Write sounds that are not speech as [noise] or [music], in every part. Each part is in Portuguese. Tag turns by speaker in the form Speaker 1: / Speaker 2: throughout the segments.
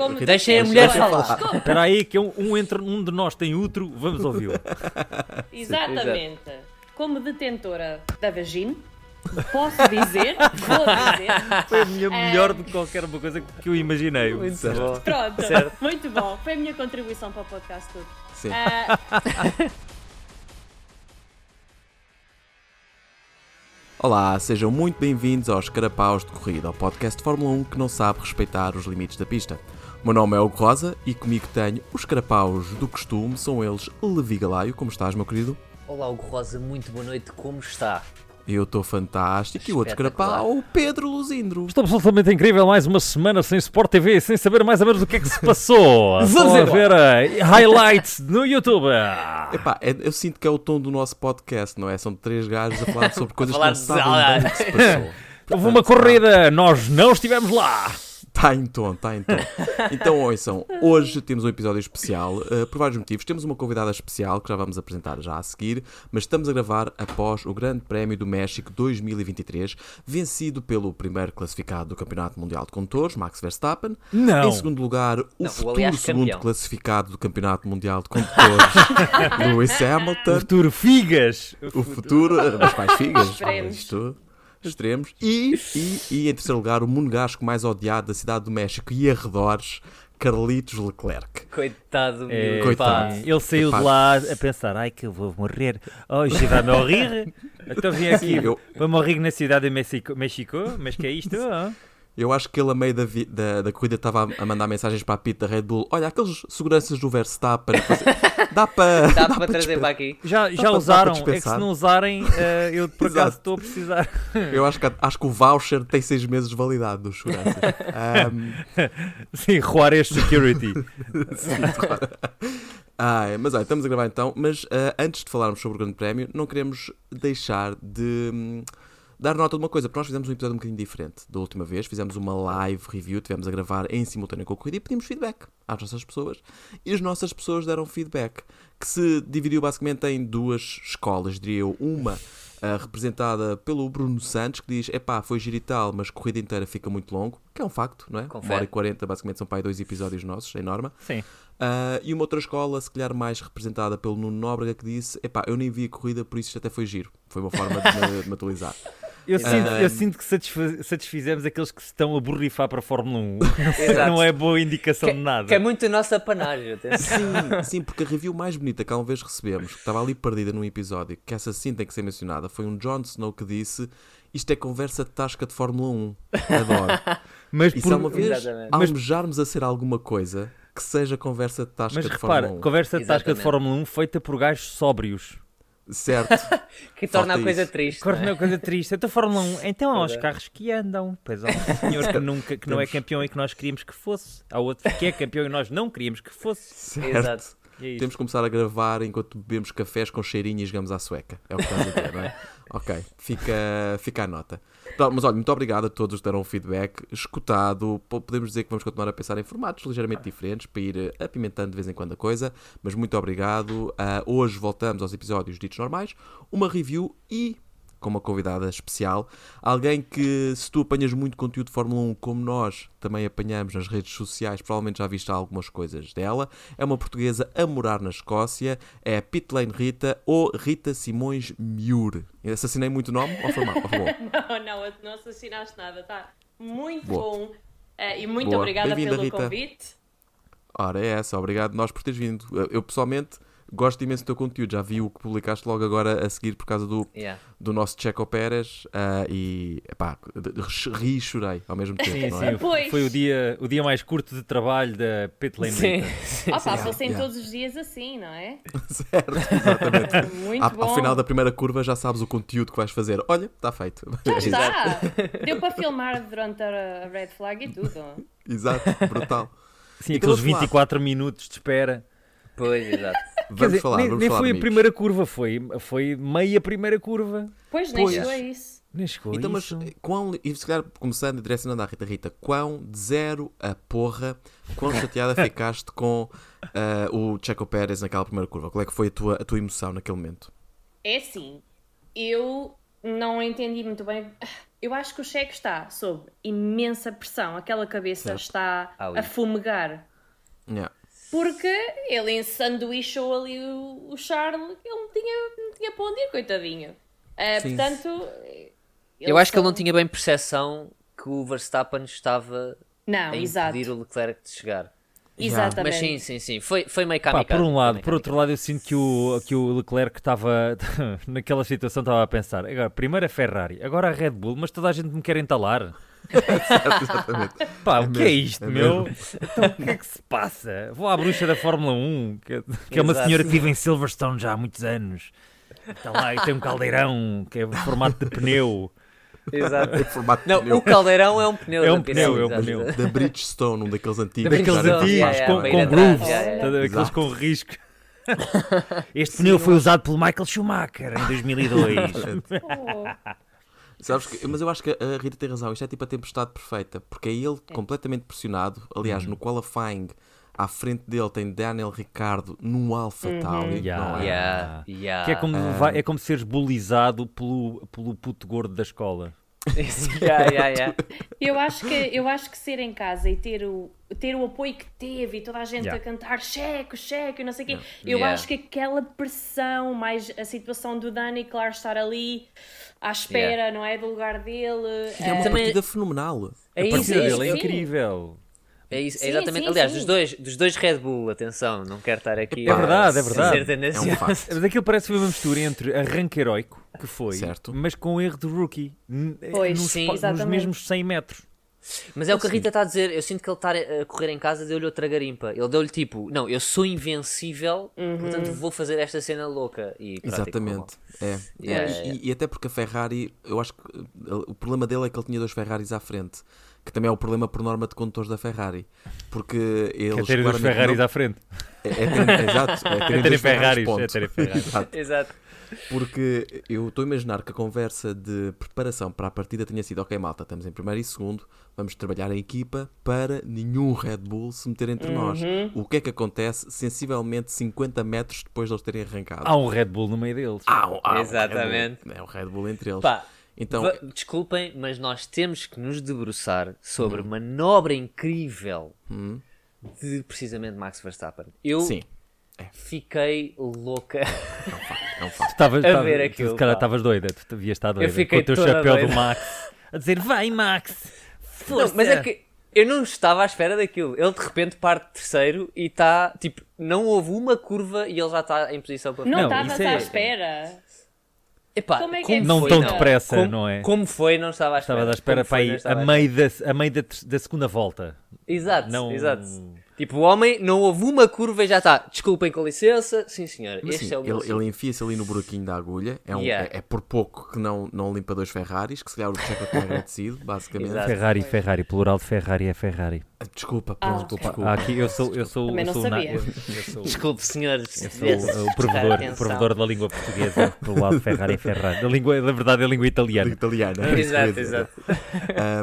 Speaker 1: Como
Speaker 2: Porque
Speaker 1: deixem a
Speaker 2: deixa-
Speaker 1: mulher
Speaker 2: deixa
Speaker 1: falar.
Speaker 2: falar.
Speaker 1: Desculpa.
Speaker 3: Espera aí, que um, um entre, um de nós tem útero, vamos ouvi-lo.
Speaker 1: Exatamente. Como detentora da vagina, [laughs] posso dizer, vou dizer. Ah,
Speaker 3: Foi a minha melhor do que qualquer uma coisa que eu imaginei. Muito bom.
Speaker 1: Pronto,
Speaker 3: Certo.
Speaker 1: muito bom. Foi a minha contribuição para o podcast todo.
Speaker 2: Sim.
Speaker 1: Ah,
Speaker 2: Olá, sejam muito bem-vindos aos Carapaus de Corrida, ao podcast de Fórmula 1 que não sabe respeitar os limites da pista. O meu nome é Hugo Rosa e comigo tenho os Carapaus do costume, são eles Levi Galaio, como estás, meu querido?
Speaker 4: Olá, Hugo Rosa, muito boa noite, como está?
Speaker 2: Eu estou fantástico e o outro
Speaker 4: Espetacular.
Speaker 2: Carapau, o Pedro Luzindro.
Speaker 3: Estou é absolutamente incrível, mais uma semana sem Sport TV, sem saber mais ou menos o que é que se [laughs] passou.
Speaker 4: Vamos
Speaker 3: Estão a
Speaker 4: embora.
Speaker 3: ver eh, highlights no YouTube.
Speaker 2: Epá, é- eu sinto que é o tom do nosso podcast, não é? São três gajos a falar
Speaker 4: [laughs]
Speaker 2: sobre coisas que
Speaker 4: falar
Speaker 2: não
Speaker 4: de
Speaker 2: sabem
Speaker 4: Zala.
Speaker 2: bem o que
Speaker 4: [laughs]
Speaker 2: se passou.
Speaker 3: Houve uma corrida, nós não estivemos lá.
Speaker 2: Está Tá em tom, está em tom. Então, ouçam, hoje temos um episódio especial, eh, por vários motivos. Temos uma convidada especial que já vamos apresentar já a seguir, mas estamos a gravar após o Grande Prémio do México 2023, vencido pelo primeiro classificado do Campeonato Mundial de Condutores, Max Verstappen.
Speaker 3: Não.
Speaker 2: Em segundo lugar, o futuro
Speaker 4: aliás,
Speaker 2: segundo
Speaker 4: campeão.
Speaker 2: classificado do Campeonato Mundial de Condutores, [laughs] Lewis Hamilton.
Speaker 3: Futuro Figas.
Speaker 2: O futuro, mas mais figas,
Speaker 1: Extremos.
Speaker 2: isto, extremos. E, e, e em terceiro lugar, o monegasco mais odiado da cidade do México e arredores, Carlitos Leclerc.
Speaker 4: Coitado, meu
Speaker 3: É, pá,
Speaker 2: Coitado.
Speaker 4: pá.
Speaker 3: Ele saiu
Speaker 2: Epá.
Speaker 3: de lá a pensar, ai que eu vou morrer, hoje vai [laughs] morrer. Então vim aqui,
Speaker 2: Sim, eu-
Speaker 3: vou morrer na cidade de México, México? mas que é isto? ah?
Speaker 2: Eu acho que ele, a meio da, vi- da, da corrida, estava a- a mandar mensagens para a Pita da Red Bull: olha, aqueles seguranças do Verstappen, coisa- dá para.
Speaker 4: Dá para trazer para aqui?
Speaker 3: Já, já
Speaker 2: para- dá
Speaker 3: usaram, é
Speaker 2: para
Speaker 3: que se
Speaker 2: dispensar.
Speaker 3: não usarem, [laughs] eh, eu por
Speaker 2: Exato.
Speaker 3: acaso estou a precisar.
Speaker 2: Eu acho que, acho que o voucher tem seis meses de validade dos seguranças. Ahm,
Speaker 3: [laughs] Sim, Juarez Security.
Speaker 2: Ai, Ah, é, mas olha, estamos a gravar então, mas ah, antes de falarmos sobre o Grande Prémio, não queremos deixar de hum, dar nota de uma coisa, porque nós fizemos um episódio um bocadinho diferente da última vez, fizemos uma live review, tivemos a gravar em simultâneo com a corrida e pedimos feedback às nossas pessoas, e as nossas pessoas deram feedback, que se dividiu basicamente em duas escolas, diria eu, uma... ah, representada pelo Bruno Santos, que diz: Epá, foi giro e tal, mas corrida inteira fica muito longo, que é um facto, não é? Uma hora
Speaker 4: Confere.
Speaker 2: e quarenta, basicamente, são para aí dois episódios nossos, é em norma.
Speaker 3: [laughs] Sim.
Speaker 2: Ah, e uma outra escola, se calhar mais representada pelo Nuno Nóbrega, que disse: Epá, eu nem vi a corrida, por isso isto até foi giro. Foi uma forma de me, de me atualizar.
Speaker 3: Eu sinto, eu sinto que satisfa- satisfizemos aqueles que se estão a borrifar para a Fórmula 1. [laughs]
Speaker 4: Exato.
Speaker 3: Não é boa indicação
Speaker 4: Que,
Speaker 3: de nada.
Speaker 4: que é muito a nossa panagem, atenção.
Speaker 2: Sim, sim, porque a review mais bonita que alguma vez recebemos, que estava ali perdida num episódio, que essa sim tem que ser mencionada, foi um Jon Snow que disse: Isto é conversa de tasca de Fórmula 1. Adoro.
Speaker 3: Mas
Speaker 2: E se
Speaker 3: por-
Speaker 2: alguma vez
Speaker 4: Exatamente.
Speaker 3: Mas-
Speaker 2: almejarmos a ser alguma coisa que seja conversa de tasca
Speaker 3: mas
Speaker 2: de
Speaker 3: repara,
Speaker 2: Fórmula 1.
Speaker 3: conversa de tasca de
Speaker 4: Exatamente.
Speaker 3: Fórmula 1 feita por gajos sóbrios.
Speaker 2: Certo. [laughs]
Speaker 4: que torna
Speaker 2: Falta
Speaker 4: a coisa
Speaker 2: isso.
Speaker 4: triste.
Speaker 3: Corre uma coisa triste. Então, Fórmula [laughs] 1, então há os
Speaker 4: Verdade.
Speaker 3: carros que andam. Pois há um senhor que, nunca, que não é campeão e que nós queríamos que fosse. Há outro que é campeão e nós não queríamos que fosse.
Speaker 2: Certo.
Speaker 4: Exato.
Speaker 3: E é isto.
Speaker 2: Temos que começar a gravar enquanto bebemos cafés com cheirinho e jogamos à sueca. É o que estás a dizer, não é? Ok, fica, fica a nota. Pronto, mas olha, muito obrigado a todos que deram o feedback escutado. P- Podemos dizer que vamos continuar a pensar em formatos ligeiramente diferentes para ir eh, apimentando de vez em quando a coisa. Mas muito obrigado. Ah, hoje voltamos aos episódios ditos normais, uma review e com uma convidada especial. Alguém que, se tu apanhas muito conteúdo de Fórmula 1, como nós também apanhamos nas redes sociais, provavelmente já viste algumas coisas dela. É uma portuguesa a morar na Escócia, é a Pitlane Rita ou Rita Simões Miur. Assassinei muito o nome? Ou foi mal? Ou foi
Speaker 3: [laughs]
Speaker 2: bom?
Speaker 1: não, não, não assassinaste nada, tá? Muito
Speaker 2: Boa.
Speaker 1: bom. Ah, e muito
Speaker 2: Boa.
Speaker 1: obrigada
Speaker 2: Bem-vinda,
Speaker 1: pelo
Speaker 2: Rita. [laughs]
Speaker 1: convite.
Speaker 2: Ora, é essa. Obrigado nós por teres vindo. Eu, pessoalmente, gosto imenso do teu conteúdo. Já vi o que publicaste logo agora a seguir por causa do,
Speaker 4: Yeah.
Speaker 2: do nosso Checo Pérez ah, e, pá, ri e chorei ao mesmo tempo,
Speaker 3: Sim,
Speaker 2: não
Speaker 3: sim,
Speaker 2: é?
Speaker 1: Pois.
Speaker 3: Foi o dia, o dia mais curto de trabalho da Pitlane
Speaker 4: Sim,
Speaker 3: Rita.
Speaker 4: sim.
Speaker 1: Opa, fossem
Speaker 2: yeah.
Speaker 1: todos os dias assim, não é?
Speaker 2: [laughs] Certo, exatamente.
Speaker 1: Muito
Speaker 2: À-
Speaker 1: bom. Tá.
Speaker 2: [laughs] Ao final da primeira curva já sabes o conteúdo que vais fazer. Olha, está feito.
Speaker 1: [laughs] Já está! Deu para filmar durante a a red flag e tudo.
Speaker 2: [laughs] [laughs] Exato,
Speaker 1: [laughs]
Speaker 2: brutal.
Speaker 3: Sim,
Speaker 2: E
Speaker 3: aqueles
Speaker 2: vamos falar.
Speaker 3: 24 minutos de espera.
Speaker 4: [laughs] Pois, exato.
Speaker 2: Vamos
Speaker 3: Quer dizer,
Speaker 2: falar,
Speaker 3: nem,
Speaker 2: vamos
Speaker 3: nem
Speaker 2: falar.
Speaker 3: foi
Speaker 2: amigos.
Speaker 3: a primeira curva, foi, foi meia primeira curva.
Speaker 1: Pois nem
Speaker 2: Pois.
Speaker 1: chegou a isso.
Speaker 3: Nem chegou
Speaker 2: Então, mas
Speaker 3: isso.
Speaker 2: quão, e se calhar começando e direcionando à Rita Rita, quão de zero a porra, quão chateada ficaste com ah, o Checo Pérez naquela primeira curva? Qual é que foi a tua, a tua emoção naquele momento?
Speaker 1: É assim, É eu não entendi muito bem. Eu acho que o Cheque está sob imensa pressão. Aquela cabeça
Speaker 2: Certo.
Speaker 1: está
Speaker 4: Ali.
Speaker 1: a fumegar.
Speaker 2: Yeah.
Speaker 1: Porque ele ensanduichou ali o, o Charles, ele não tinha, não tinha para onde ir, coitadinho. Ah,
Speaker 2: Sim.
Speaker 1: portanto,
Speaker 4: Eu acho que ele
Speaker 1: só-
Speaker 4: não tinha bem percepção que o Verstappen estava
Speaker 1: Não,
Speaker 4: a
Speaker 1: exato.
Speaker 4: impedir o Leclerc de chegar.
Speaker 1: Exatamente.
Speaker 4: Mas sim, sim, sim. Foi, foi meio
Speaker 3: Pá,
Speaker 4: kamikaze.
Speaker 3: por um
Speaker 4: foi
Speaker 3: lado,
Speaker 4: meio
Speaker 3: por outro lado, eu sinto que o, que o Leclerc estava [laughs] naquela situação, estava a pensar: agora, primeiro a Ferrari, agora a Red Bull, mas toda a gente me quer
Speaker 2: [laughs]
Speaker 3: entalar.
Speaker 2: Exatamente.
Speaker 3: Pá, o que é
Speaker 2: mesmo,
Speaker 3: isto,
Speaker 2: é
Speaker 3: meu? Então, o que é que se passa? Vou à bruxa da Fórmula 1, que, que é uma
Speaker 4: Exato.
Speaker 3: senhora que vive em Silverstone já há muitos anos. Está lá e tem um caldeirão que é de formato de
Speaker 2: [laughs]
Speaker 3: pneu.
Speaker 4: kamikaze. Exato.
Speaker 2: Formato de
Speaker 4: Não,
Speaker 2: pneu.
Speaker 4: o caldeirão é um pneu.
Speaker 3: É
Speaker 4: da
Speaker 3: um pneu,
Speaker 4: [laughs] Pirelli,
Speaker 3: é um
Speaker 4: exato.
Speaker 3: pneu.
Speaker 2: Da Bridgestone, um daqueles antigos.
Speaker 3: Daqueles
Speaker 2: que já
Speaker 3: antigos,
Speaker 4: Bridgestone,
Speaker 2: faz
Speaker 4: yeah,
Speaker 3: com,
Speaker 4: yeah,
Speaker 3: com
Speaker 4: meio
Speaker 3: grooves,
Speaker 1: atrás, yeah,
Speaker 3: tá- aqueles
Speaker 2: Exato.
Speaker 3: com risco. Este pneu foi usado pelo Michael Schumacher em 2002.
Speaker 1: Oh,
Speaker 2: Sabes que- mas eu acho que a Rita tem razão. Isto é tipo a tempestade perfeita, porque é ele completamente pressionado. Aliás,
Speaker 3: Uhum.
Speaker 2: no qualifying, à frente dele tem Daniel Ricardo num Alpha Tauri.
Speaker 3: Yeah.
Speaker 2: não é?
Speaker 4: Uhum. Yeah, yeah.
Speaker 3: Que é como, vai- é como seres bulizado pelo, pelo puto gordo da escola.
Speaker 4: yeah, yeah, yeah.
Speaker 1: eu, acho que, eu acho que ser em casa e ter o, ter o apoio que teve e toda a gente
Speaker 3: Yeah.
Speaker 1: a cantar cheque, cheque, não sei o quê. Eu
Speaker 4: Yeah.
Speaker 1: acho que aquela pressão, mais a situação do Dani, claro, estar ali à espera, não é? Do lugar dele.
Speaker 2: É uma
Speaker 1: ah,
Speaker 4: Também-
Speaker 2: partida fenomenal.
Speaker 4: É
Speaker 3: a
Speaker 4: isso,
Speaker 3: partida
Speaker 4: é isso.
Speaker 3: dele é
Speaker 1: sim.
Speaker 3: incrível.
Speaker 4: É isso, é
Speaker 1: Sim,
Speaker 4: exatamente.
Speaker 1: sim,
Speaker 4: Aliás,
Speaker 1: sim.
Speaker 4: Dos, dois, dos dois Red Bull, atenção, não quero estar aqui.
Speaker 2: É
Speaker 4: a-
Speaker 3: verdade, é
Speaker 4: a
Speaker 3: verdade.
Speaker 4: ser
Speaker 2: É um
Speaker 4: tendencioso.
Speaker 2: facto.
Speaker 3: [laughs] Mas aquilo parece uma mistura entre arranque heroico, que foi,
Speaker 2: Certo.
Speaker 3: mas com erro de rookie. n- é,
Speaker 1: Pois,
Speaker 3: nos,
Speaker 4: sim,
Speaker 3: pa- nos
Speaker 1: exatamente.
Speaker 3: mesmos 100 metros.
Speaker 4: Mas é o que a Rita está a dizer. Eu sinto que ele está a correr em casa deu-lhe outra garimpa. Ele deu-lhe tipo, não, eu sou invencível,
Speaker 1: Uhum.
Speaker 4: portanto vou fazer esta cena louca. E pronto, e correu mal.
Speaker 2: Exatamente. É.
Speaker 4: Yeah,
Speaker 2: E-
Speaker 4: yeah,
Speaker 2: E, e até porque a Ferrari, eu acho que uh, ele- o problema dele é que ele tinha dois Ferraris à frente. Que também é o problema por norma de condutores da Ferrari. Porque eles.
Speaker 3: Quer ter os
Speaker 2: claramente
Speaker 3: é Ferraris
Speaker 2: não-
Speaker 3: à frente.
Speaker 2: É, é terem-
Speaker 3: [laughs]
Speaker 2: exato. É terem
Speaker 3: terem
Speaker 2: dois
Speaker 3: Ferraris,
Speaker 2: Ferraris.
Speaker 3: é terem Ferraris.
Speaker 2: Exato.
Speaker 4: Exato.
Speaker 2: Porque eu estou a imaginar que a conversa de preparação para a partida tenha sido: ok, malta, estamos em primeiro e segundo, vamos trabalhar em equipa para nenhum Red Bull se meter entre nós.
Speaker 3: Uhum.
Speaker 2: O que é que acontece sensivelmente 50 metros depois de eles terem arrancado?
Speaker 3: Há um Red Bull no meio deles.
Speaker 2: Há um- há um
Speaker 4: Exatamente.
Speaker 2: Red Bull. é o Red Bull entre eles.
Speaker 4: Pá,
Speaker 2: então,
Speaker 4: Va- Desculpem, mas nós temos que nos debruçar
Speaker 2: Uhum.
Speaker 4: sobre uma manobra incrível de precisamente Max Verstappen. Eu
Speaker 2: sim,
Speaker 4: fiquei louca. [laughs]
Speaker 2: é um facto.
Speaker 3: Estavas,
Speaker 4: A
Speaker 3: estavas-
Speaker 4: ver
Speaker 3: tu,
Speaker 4: aquilo,
Speaker 3: se calhar
Speaker 4: pá.
Speaker 3: estavas doida, tu devias estar doida.
Speaker 4: fiquei
Speaker 3: com o teu
Speaker 4: toda
Speaker 3: chapéu
Speaker 4: doida.
Speaker 3: do Max a dizer: Vai, Max! Força!
Speaker 4: Não, mas é que eu não estava à espera daquilo. Ele de repente parte de terceiro e está tipo, não houve uma curva e ele já está em posição para
Speaker 1: Não
Speaker 3: Não,
Speaker 1: estavas
Speaker 3: isso é-
Speaker 1: à espera.
Speaker 4: Epá,
Speaker 1: Como é que é
Speaker 3: Não
Speaker 1: Foi,
Speaker 3: tão
Speaker 1: não.
Speaker 3: depressa,
Speaker 4: como-
Speaker 3: não é?
Speaker 4: Como foi, não estava à espera.
Speaker 3: Estavas à espera
Speaker 4: Como
Speaker 3: para
Speaker 4: foi, não
Speaker 3: ir a
Speaker 4: estava à
Speaker 3: meio, da, a meio da, ter- da segunda volta.
Speaker 4: Exato,
Speaker 3: Não-
Speaker 4: exato. Tipo, o homem não houve uma curva e já está. Desculpem com licença. Sim, senhor.
Speaker 2: Mas,
Speaker 4: este
Speaker 2: sim,
Speaker 4: é o meu
Speaker 2: ele, ele enfia-se ali no buraquinho da agulha. É, um-
Speaker 4: Yeah.
Speaker 2: é- é por pouco que não, não limpa dois Ferraris, que se calhar o Checo tem agradecido, basicamente.
Speaker 4: Exato.
Speaker 3: Ferrari, Ferrari, plural de Ferrari é Ferrari.
Speaker 2: Desculpa, pronto,
Speaker 1: ok.
Speaker 2: desculpa.
Speaker 3: Ah, aqui eu sou, eu sou,
Speaker 1: Também
Speaker 3: eu
Speaker 1: não
Speaker 3: sou, na-
Speaker 1: sabia.
Speaker 3: eu- eu sou-
Speaker 4: Desculpe,
Speaker 3: [laughs]
Speaker 4: senhores.
Speaker 3: eu sou é o provedor, o provedor da língua [laughs] portuguesa, plural de Ferrari é Ferrari. Da, língua, da verdade é a língua italiana.
Speaker 2: Italiana. é isso que eu ia
Speaker 4: Exato,
Speaker 2: dizer.
Speaker 4: exato.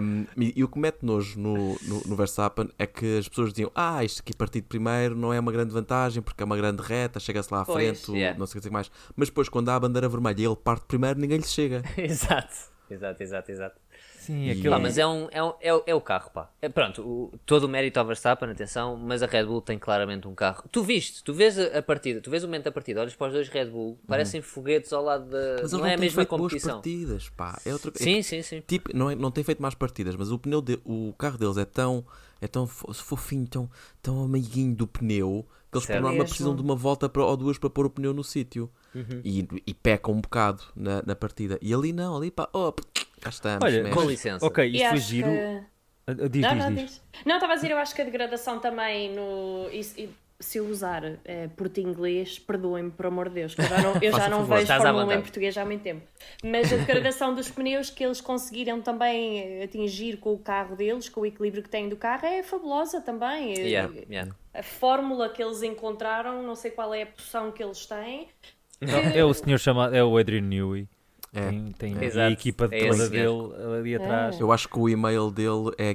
Speaker 2: Um, e, e o que mete nojo no, no, no Verstappen é que as pessoas diziam: Ah, isto aqui partir de primeiro não é uma grande vantagem porque é uma grande reta, chega-se lá à
Speaker 4: Pois,
Speaker 2: frente, o-
Speaker 4: yeah.
Speaker 2: não sei o que dizer mais. Mas depois, quando há a bandeira vermelha e ele parte primeiro, ninguém lhe chega.
Speaker 4: [laughs] Exato, exato, exato, exato.
Speaker 3: Sim, tipo
Speaker 2: aquilo-
Speaker 4: Pá, mas é, um, é, um, é, o- é o carro, pá. É, pronto, o- todo o mérito ao Verstappen, atenção, mas a Red Bull tem claramente um carro. Tu viste, tu vês a, a partida, tu vês o momento da partida, olhas para os dois Red Bull, parecem foguetes ao lado da.
Speaker 2: Mas eles
Speaker 4: não
Speaker 2: não,
Speaker 4: é a
Speaker 2: têm
Speaker 4: mesma
Speaker 2: feito boas
Speaker 4: competição.
Speaker 2: partidas, pá. É outro, é
Speaker 4: Sim, sim, sim.
Speaker 2: tipo, não, é- não tem feito mais partidas, mas o pneu de- o carro deles é tão, é tão fo- fofinho, tão, tão amiguinho do pneu que eles por
Speaker 4: Certo.
Speaker 2: norma
Speaker 1: Mesmo.
Speaker 2: precisam de uma volta para- ou duas para pôr o pneu no sítio e, e pecam um bocado na, na partida. E ali não, ali pá, oh, cá estamos.
Speaker 3: Olha,
Speaker 2: mexe.
Speaker 4: com licença.
Speaker 3: Ok, isto
Speaker 1: E
Speaker 3: foi
Speaker 1: acho
Speaker 3: giro.
Speaker 1: que-
Speaker 3: Ah, Diz,
Speaker 1: Não,
Speaker 3: diz,
Speaker 1: não,
Speaker 3: diz.
Speaker 1: diz. Não, estava a dizer, eu acho que a degradação também no. isso- e- se eu usar eh, porto inglês, perdoem-me, por amor de Deus, que eu já não,
Speaker 4: [laughs]
Speaker 1: eu já
Speaker 2: Faça
Speaker 1: não
Speaker 2: favor.
Speaker 1: vejo
Speaker 4: Estás à
Speaker 1: Fórmula 1
Speaker 4: vontade.
Speaker 1: em português já há muito tempo. Mas a degradação dos pneus que eles conseguiram também eh, atingir com o carro deles, com o equilíbrio que têm do carro, é fabulosa também. Eh,
Speaker 4: Yeah, yeah.
Speaker 1: A fórmula que eles
Speaker 4: [laughs]
Speaker 1: encontraram, não sei qual é a poção que eles têm.
Speaker 3: É o senhor chamado, é o Adrian Newey. Tem, tem a
Speaker 4: Exato,
Speaker 3: equipa
Speaker 4: é
Speaker 3: toda
Speaker 4: esse mesmo.
Speaker 3: dele
Speaker 1: É.
Speaker 3: ali atrás.
Speaker 2: Eu acho que o e-mail dele é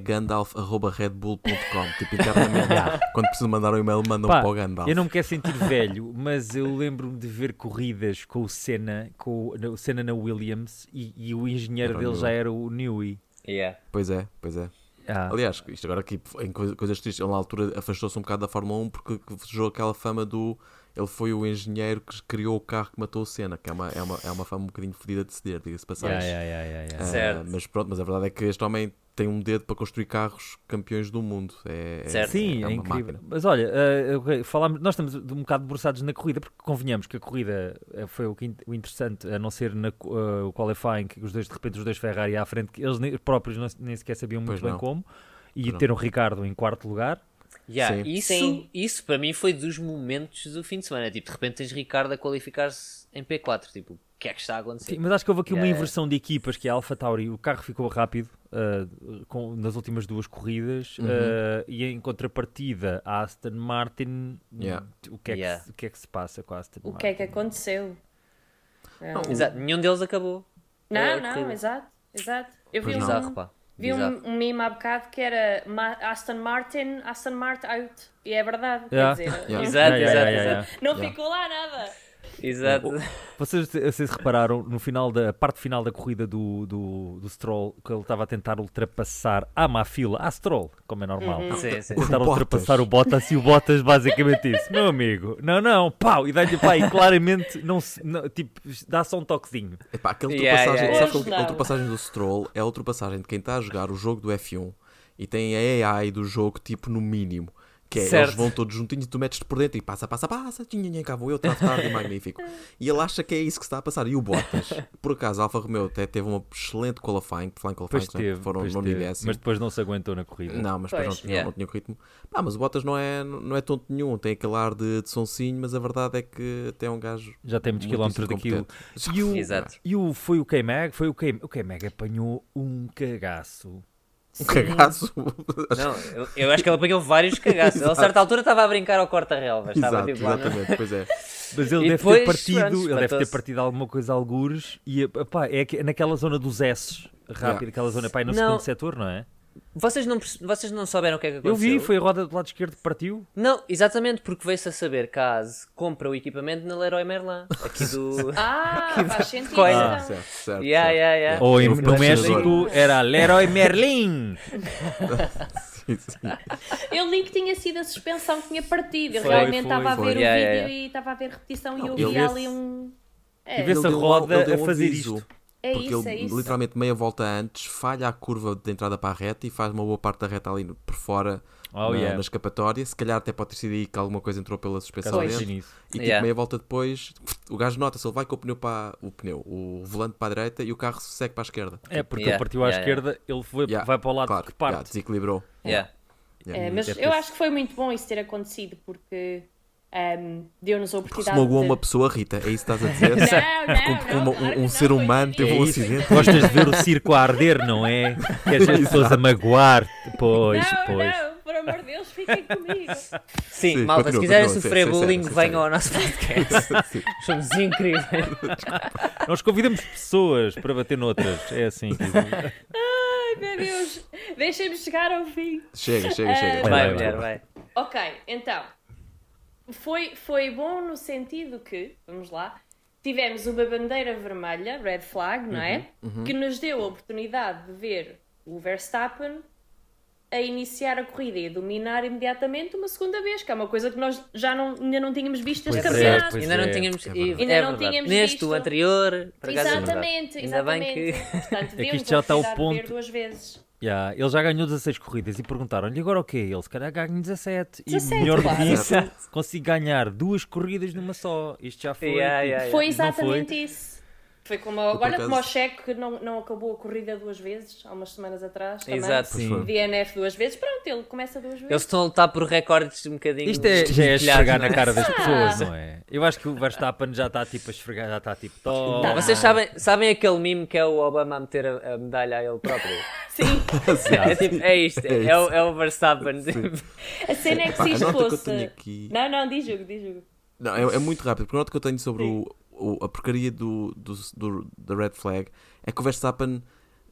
Speaker 2: gandalf.redbull.com. Tipo,
Speaker 3: [laughs]
Speaker 2: internamente, quando precisam mandar um e-mail, mandam
Speaker 3: Pá,
Speaker 2: para o Gandalf.
Speaker 3: eu não me quero sentir velho, [laughs] mas eu lembro-me de ver corridas com o Senna, com o, o Senna na Williams e, e o engenheiro
Speaker 2: Era o
Speaker 3: dele já
Speaker 2: Newey.
Speaker 3: era o Newey.
Speaker 4: Yeah.
Speaker 2: Pois é, pois é.
Speaker 3: Ah,
Speaker 2: Aliás, isto agora aqui em coi- coisas tristes, ele na altura afastou-se um bocado da Fórmula 1 porque surgiu aquela fama do. Ele foi o engenheiro que criou o carro que matou o Senna, que é uma, é uma, é uma fama um bocadinho fedida de ceder, diga-se de passagem.
Speaker 3: yeah, yeah, yeah, yeah, yeah.
Speaker 2: Ah,
Speaker 4: Certo.
Speaker 2: mas pronto, mas a verdade é que este homem tem um dedo para construir carros campeões do mundo. É, é-
Speaker 4: Certo.
Speaker 3: Sim,
Speaker 2: é
Speaker 3: é,
Speaker 2: uma
Speaker 3: incrível.
Speaker 2: máquina.
Speaker 3: Mas olha, ah, ok, falámos, nós estamos de um bocado debruçados na corrida, porque convenhamos que a corrida ah, foi o, que in- o interessante, a não ser na, co- ah, o qualifying, que os dois, de repente, os dois Ferrari à frente, que eles nem- próprios não- nem sequer sabiam muito
Speaker 2: Pois
Speaker 3: bem
Speaker 2: não.
Speaker 3: como, e
Speaker 2: Pois não.
Speaker 3: ter o Ricardo em quarto lugar.
Speaker 4: Yeah,
Speaker 2: Sim.
Speaker 4: Isso,
Speaker 1: Sim.
Speaker 4: isso para mim foi dos momentos do fim de semana. Tipo, de repente tens Ricardo a qualificar-se em P4. Tipo, o que é que está a acontecer?
Speaker 3: Sim, mas acho que houve aqui uma
Speaker 4: Yeah.
Speaker 3: inversão de equipas que é a Alpha Tauri. O carro ficou rápido ah, com- nas últimas duas corridas
Speaker 4: Uhum.
Speaker 3: ah, e em contrapartida a Aston Martin.
Speaker 2: Yeah.
Speaker 3: O, que é que
Speaker 4: Yeah.
Speaker 3: se, o que é que se passa com a Aston
Speaker 1: O
Speaker 3: Martin?
Speaker 1: que é que aconteceu? Não,
Speaker 4: Exato, nenhum deles acabou.
Speaker 1: não,
Speaker 4: É,
Speaker 1: não,
Speaker 4: corrida.
Speaker 1: exato, exato. Eu vi
Speaker 2: Pois não.
Speaker 4: Bizarro,
Speaker 1: um,
Speaker 4: pá.
Speaker 1: vi
Speaker 4: Bizarro.
Speaker 1: [laughs] um, um meme há bocado que era Ma- Aston Martin, Aston Martin out. E é verdade, quer
Speaker 3: Yeah.
Speaker 1: dizer.
Speaker 2: Yeah.
Speaker 4: Exato,
Speaker 3: Yeah, yeah,
Speaker 4: exato,
Speaker 3: yeah,
Speaker 4: exato.
Speaker 1: Não ficou lá nada.
Speaker 4: Exato.
Speaker 3: Vocês, vocês repararam no final da a parte final da corrida do, do, do Stroll que ele estava a tentar ultrapassar à má fila, à Stroll, como é normal.
Speaker 1: Uhum.
Speaker 4: Sim, sim. [laughs]
Speaker 3: Tentar
Speaker 2: O Bottas.
Speaker 3: ultrapassar o Bottas e o Bottas basicamente disse: Meu amigo, não, não, pau, e dá-lhe pá, e claramente não, se- não tipo, dá só um toquezinho.
Speaker 2: Epá, aquela
Speaker 4: Yeah,
Speaker 2: ultrapassagem,
Speaker 4: yeah,
Speaker 2: sabes
Speaker 1: yeah.
Speaker 2: qual- a ultrapassagem do Stroll é a ultrapassagem de quem está a jogar o jogo do F1 e tem a AI do jogo, tipo, no mínimo. Que é, eles
Speaker 4: Certo.
Speaker 2: vão todos juntinhos, tu metes por dentro e passa, passa, passa, tinha, cá vou eu, está tarde, magnífico. E ele acha que é isso que se está a passar. E o Bottas, por acaso, a Alfa Romeo até teve uma excelente qualifying, por falar em qualifying,
Speaker 3: Pois
Speaker 2: não é?
Speaker 3: teve,
Speaker 2: foram
Speaker 3: pois
Speaker 2: no
Speaker 3: teve,
Speaker 2: décimo.
Speaker 3: mas depois não se aguentou na corrida.
Speaker 2: Não, mas depois não,
Speaker 1: Pois,
Speaker 2: tinha,
Speaker 4: yeah.
Speaker 2: não tinha ritmo. Pá, mas o Bottas não é, não é tonto nenhum, tem aquele ar de, de sonsinho, mas a verdade é que até é um gajo.
Speaker 3: Já tem muitos
Speaker 2: muitíssimo
Speaker 3: quilómetros daquilo.
Speaker 2: competente.
Speaker 3: E o,
Speaker 4: Exato.
Speaker 3: e o foi o K-Mag, foi o K- o K-Mag apanhou um cagaço.
Speaker 2: Um cagaço.
Speaker 4: Não, eu, eu acho que ele apanhou vários cagaços. Ele, a certa altura estava a brincar ao corta-relvas. Estava
Speaker 2: [laughs] Exato,
Speaker 4: tipo lá. no-
Speaker 2: exatamente, pois é.
Speaker 3: Mas ele
Speaker 4: E
Speaker 3: deve ter
Speaker 4: depois, pronto,
Speaker 3: partido, ele deve ter
Speaker 4: espantou-se.
Speaker 3: partido alguma coisa a algures e epá, é que- naquela zona dos S rápido,
Speaker 2: Yeah.
Speaker 3: aquela zona pá, é no
Speaker 4: Não.
Speaker 3: segundo setor, não é?
Speaker 4: Vocês não, perce- vocês não souberam o que é que
Speaker 3: Eu vi,
Speaker 4: aconteceu?
Speaker 3: foi a roda do lado esquerdo que partiu.
Speaker 4: Não, exatamente, porque veio-se a saber que a ASE compra o equipamento na Leroy Merlin. Aqui do.
Speaker 1: Ah, faz sentido.
Speaker 4: coisa.
Speaker 1: então.
Speaker 2: Certo, certo.
Speaker 4: Yeah, yeah,
Speaker 2: certo. um
Speaker 4: yeah.
Speaker 3: Ou em,
Speaker 2: Grupo
Speaker 3: no
Speaker 2: patrocinador.
Speaker 3: México era Leroy Merlin.
Speaker 2: Sim, sim.
Speaker 1: Eu li que tinha sido a suspensão que tinha partido. Eu
Speaker 3: Foi,
Speaker 1: realmente
Speaker 3: foi,
Speaker 1: estava a ver
Speaker 2: foi.
Speaker 1: o
Speaker 4: Yeah,
Speaker 1: vídeo
Speaker 4: yeah,
Speaker 1: e estava a ver repetição e
Speaker 2: Não,
Speaker 1: eu
Speaker 2: ele
Speaker 1: vi
Speaker 2: vê-se-
Speaker 1: ali um.
Speaker 3: E
Speaker 1: É,
Speaker 3: vê-se a
Speaker 2: deu um-
Speaker 3: roda
Speaker 2: ele deu
Speaker 3: a
Speaker 2: um
Speaker 3: fazer
Speaker 2: aviso,
Speaker 3: isto.
Speaker 1: é
Speaker 2: Porque
Speaker 1: isso, é
Speaker 2: ele
Speaker 1: isso.
Speaker 2: literalmente meia volta antes, falha a curva de entrada para a reta e faz uma boa parte da reta ali no- por fora
Speaker 3: Oh,
Speaker 2: na,
Speaker 3: yeah.
Speaker 2: na escapatória. Se calhar até pode ter sido aí que alguma coisa entrou pela suspensão
Speaker 1: Pois.
Speaker 2: dentro.
Speaker 3: Imagina isso.
Speaker 2: E tipo,
Speaker 4: Yeah.
Speaker 2: meia volta depois, o gajo nota-se, ele vai com o pneu para o pneu, o volante para a direita e o carro segue para a esquerda.
Speaker 3: É porque ele
Speaker 4: Yeah,
Speaker 3: partiu à
Speaker 4: yeah,
Speaker 3: esquerda, ele foi,
Speaker 2: Yeah,
Speaker 3: vai para o lado
Speaker 2: claro,
Speaker 3: que parte.
Speaker 2: yeah, desequilibrou.
Speaker 4: Yeah.
Speaker 1: É, mas
Speaker 3: deve
Speaker 1: eu
Speaker 3: ter-
Speaker 1: acho que foi muito bom isso ter acontecido porque ahm, deu-nos a
Speaker 2: Porque
Speaker 1: oportunidade.
Speaker 2: magoou
Speaker 1: de...
Speaker 2: uma pessoa, Rita, é isso que estás a
Speaker 1: [laughs]
Speaker 2: dizer?
Speaker 1: Não, não,
Speaker 2: Porque
Speaker 1: não,
Speaker 2: uma- um-
Speaker 1: claro que
Speaker 2: um
Speaker 1: não,
Speaker 2: ser
Speaker 1: foi
Speaker 2: humano teve
Speaker 1: É isso.
Speaker 2: um acidente.
Speaker 3: Gostas de ver o circo a arder, não é? Queres ver as pessoas a magoar? Pois,
Speaker 1: Não,
Speaker 3: pois.
Speaker 1: não, por amor de Deus, fiquem comigo.
Speaker 4: Sim,
Speaker 2: Sim,
Speaker 4: malta,
Speaker 2: continua,
Speaker 4: se quiserem
Speaker 2: continua,
Speaker 4: sofrer
Speaker 2: sim, sim,
Speaker 4: bullying,
Speaker 2: sim, sim,
Speaker 4: venham
Speaker 2: sim.
Speaker 4: ao nosso podcast.
Speaker 2: Sim.
Speaker 4: Somos incríveis.
Speaker 3: Nós convidamos pessoas para bater noutras. É assim. que-
Speaker 1: Ai meu Deus, deixem-me chegar ao fim.
Speaker 2: Chega, chega, chega.
Speaker 3: Vai,
Speaker 4: Vai,
Speaker 3: vai,
Speaker 4: mulher, vai.
Speaker 1: Ok, então. Foi, foi bom no sentido que, vamos lá, tivemos uma bandeira vermelha, red flag, não é? Que nos deu a oportunidade de ver o Verstappen a iniciar a corrida e a dominar imediatamente uma segunda vez, que é uma coisa que nós já não, ainda não tínhamos visto este
Speaker 3: Pois é,
Speaker 1: campeonato.
Speaker 3: pois
Speaker 4: Ainda
Speaker 3: é,
Speaker 4: não tínhamos.
Speaker 2: é
Speaker 4: e-
Speaker 2: verdade.
Speaker 1: Ainda
Speaker 4: é
Speaker 1: não
Speaker 4: verdade.
Speaker 1: tínhamos
Speaker 4: Neste,
Speaker 1: visto.
Speaker 4: o anterior. por acaso é verdade.
Speaker 1: exatamente,
Speaker 4: Ainda bem
Speaker 1: exatamente.
Speaker 4: que.
Speaker 1: Portanto,
Speaker 3: que
Speaker 1: demos
Speaker 3: isto já
Speaker 1: a
Speaker 3: está ao
Speaker 1: oportunidade de ver
Speaker 3: ponto-
Speaker 1: duas vezes.
Speaker 3: Yeah, ele já ganhou 16 corridas e perguntaram-lhe agora o quê? Ele se calhar ganha 17.
Speaker 1: 17,
Speaker 3: e melhor do
Speaker 1: claro.
Speaker 3: que isso, consigo ganhar duas corridas numa só. Isto já foi.
Speaker 4: Yeah,
Speaker 3: tipo,
Speaker 4: yeah, yeah.
Speaker 1: Foi
Speaker 3: não
Speaker 1: exatamente isso. Foi como
Speaker 2: por
Speaker 1: agora
Speaker 2: acaso-
Speaker 1: como o Checo que não, não acabou a corrida duas vezes, há umas semanas atrás. Também.
Speaker 4: [laughs] Exato.
Speaker 2: Pois
Speaker 3: Sim.
Speaker 2: foi.
Speaker 1: DNF duas vezes, pronto, ele começa duas vezes.
Speaker 4: Eles estão a lutar por recordes um bocadinho.
Speaker 3: Isto é, já é
Speaker 4: espelhados,
Speaker 3: esfregar
Speaker 4: não é?
Speaker 3: na cara das pessoas, não é? Eu acho que o Verstappen já está tipo a esfregar, já está tipo. "Toma".
Speaker 4: Não, vocês sabem, sabem aquele mime que é o Obama a meter a, a medalha a ele próprio?
Speaker 1: [laughs] Sim,
Speaker 4: é tipo, é isto, é, é o, é o Verstappen. Tipo,
Speaker 1: a cena é que
Speaker 2: Pá,
Speaker 1: se
Speaker 2: a
Speaker 1: isto
Speaker 2: nota que eu
Speaker 1: fosse.
Speaker 2: tenho aqui-
Speaker 1: Não, não, diz jogo, diz jogo.
Speaker 2: Não, é, é muito rápido, porque a nota que eu tenho sobre o, o- a porcaria do, do, do- da Red Flag é que o Verstappen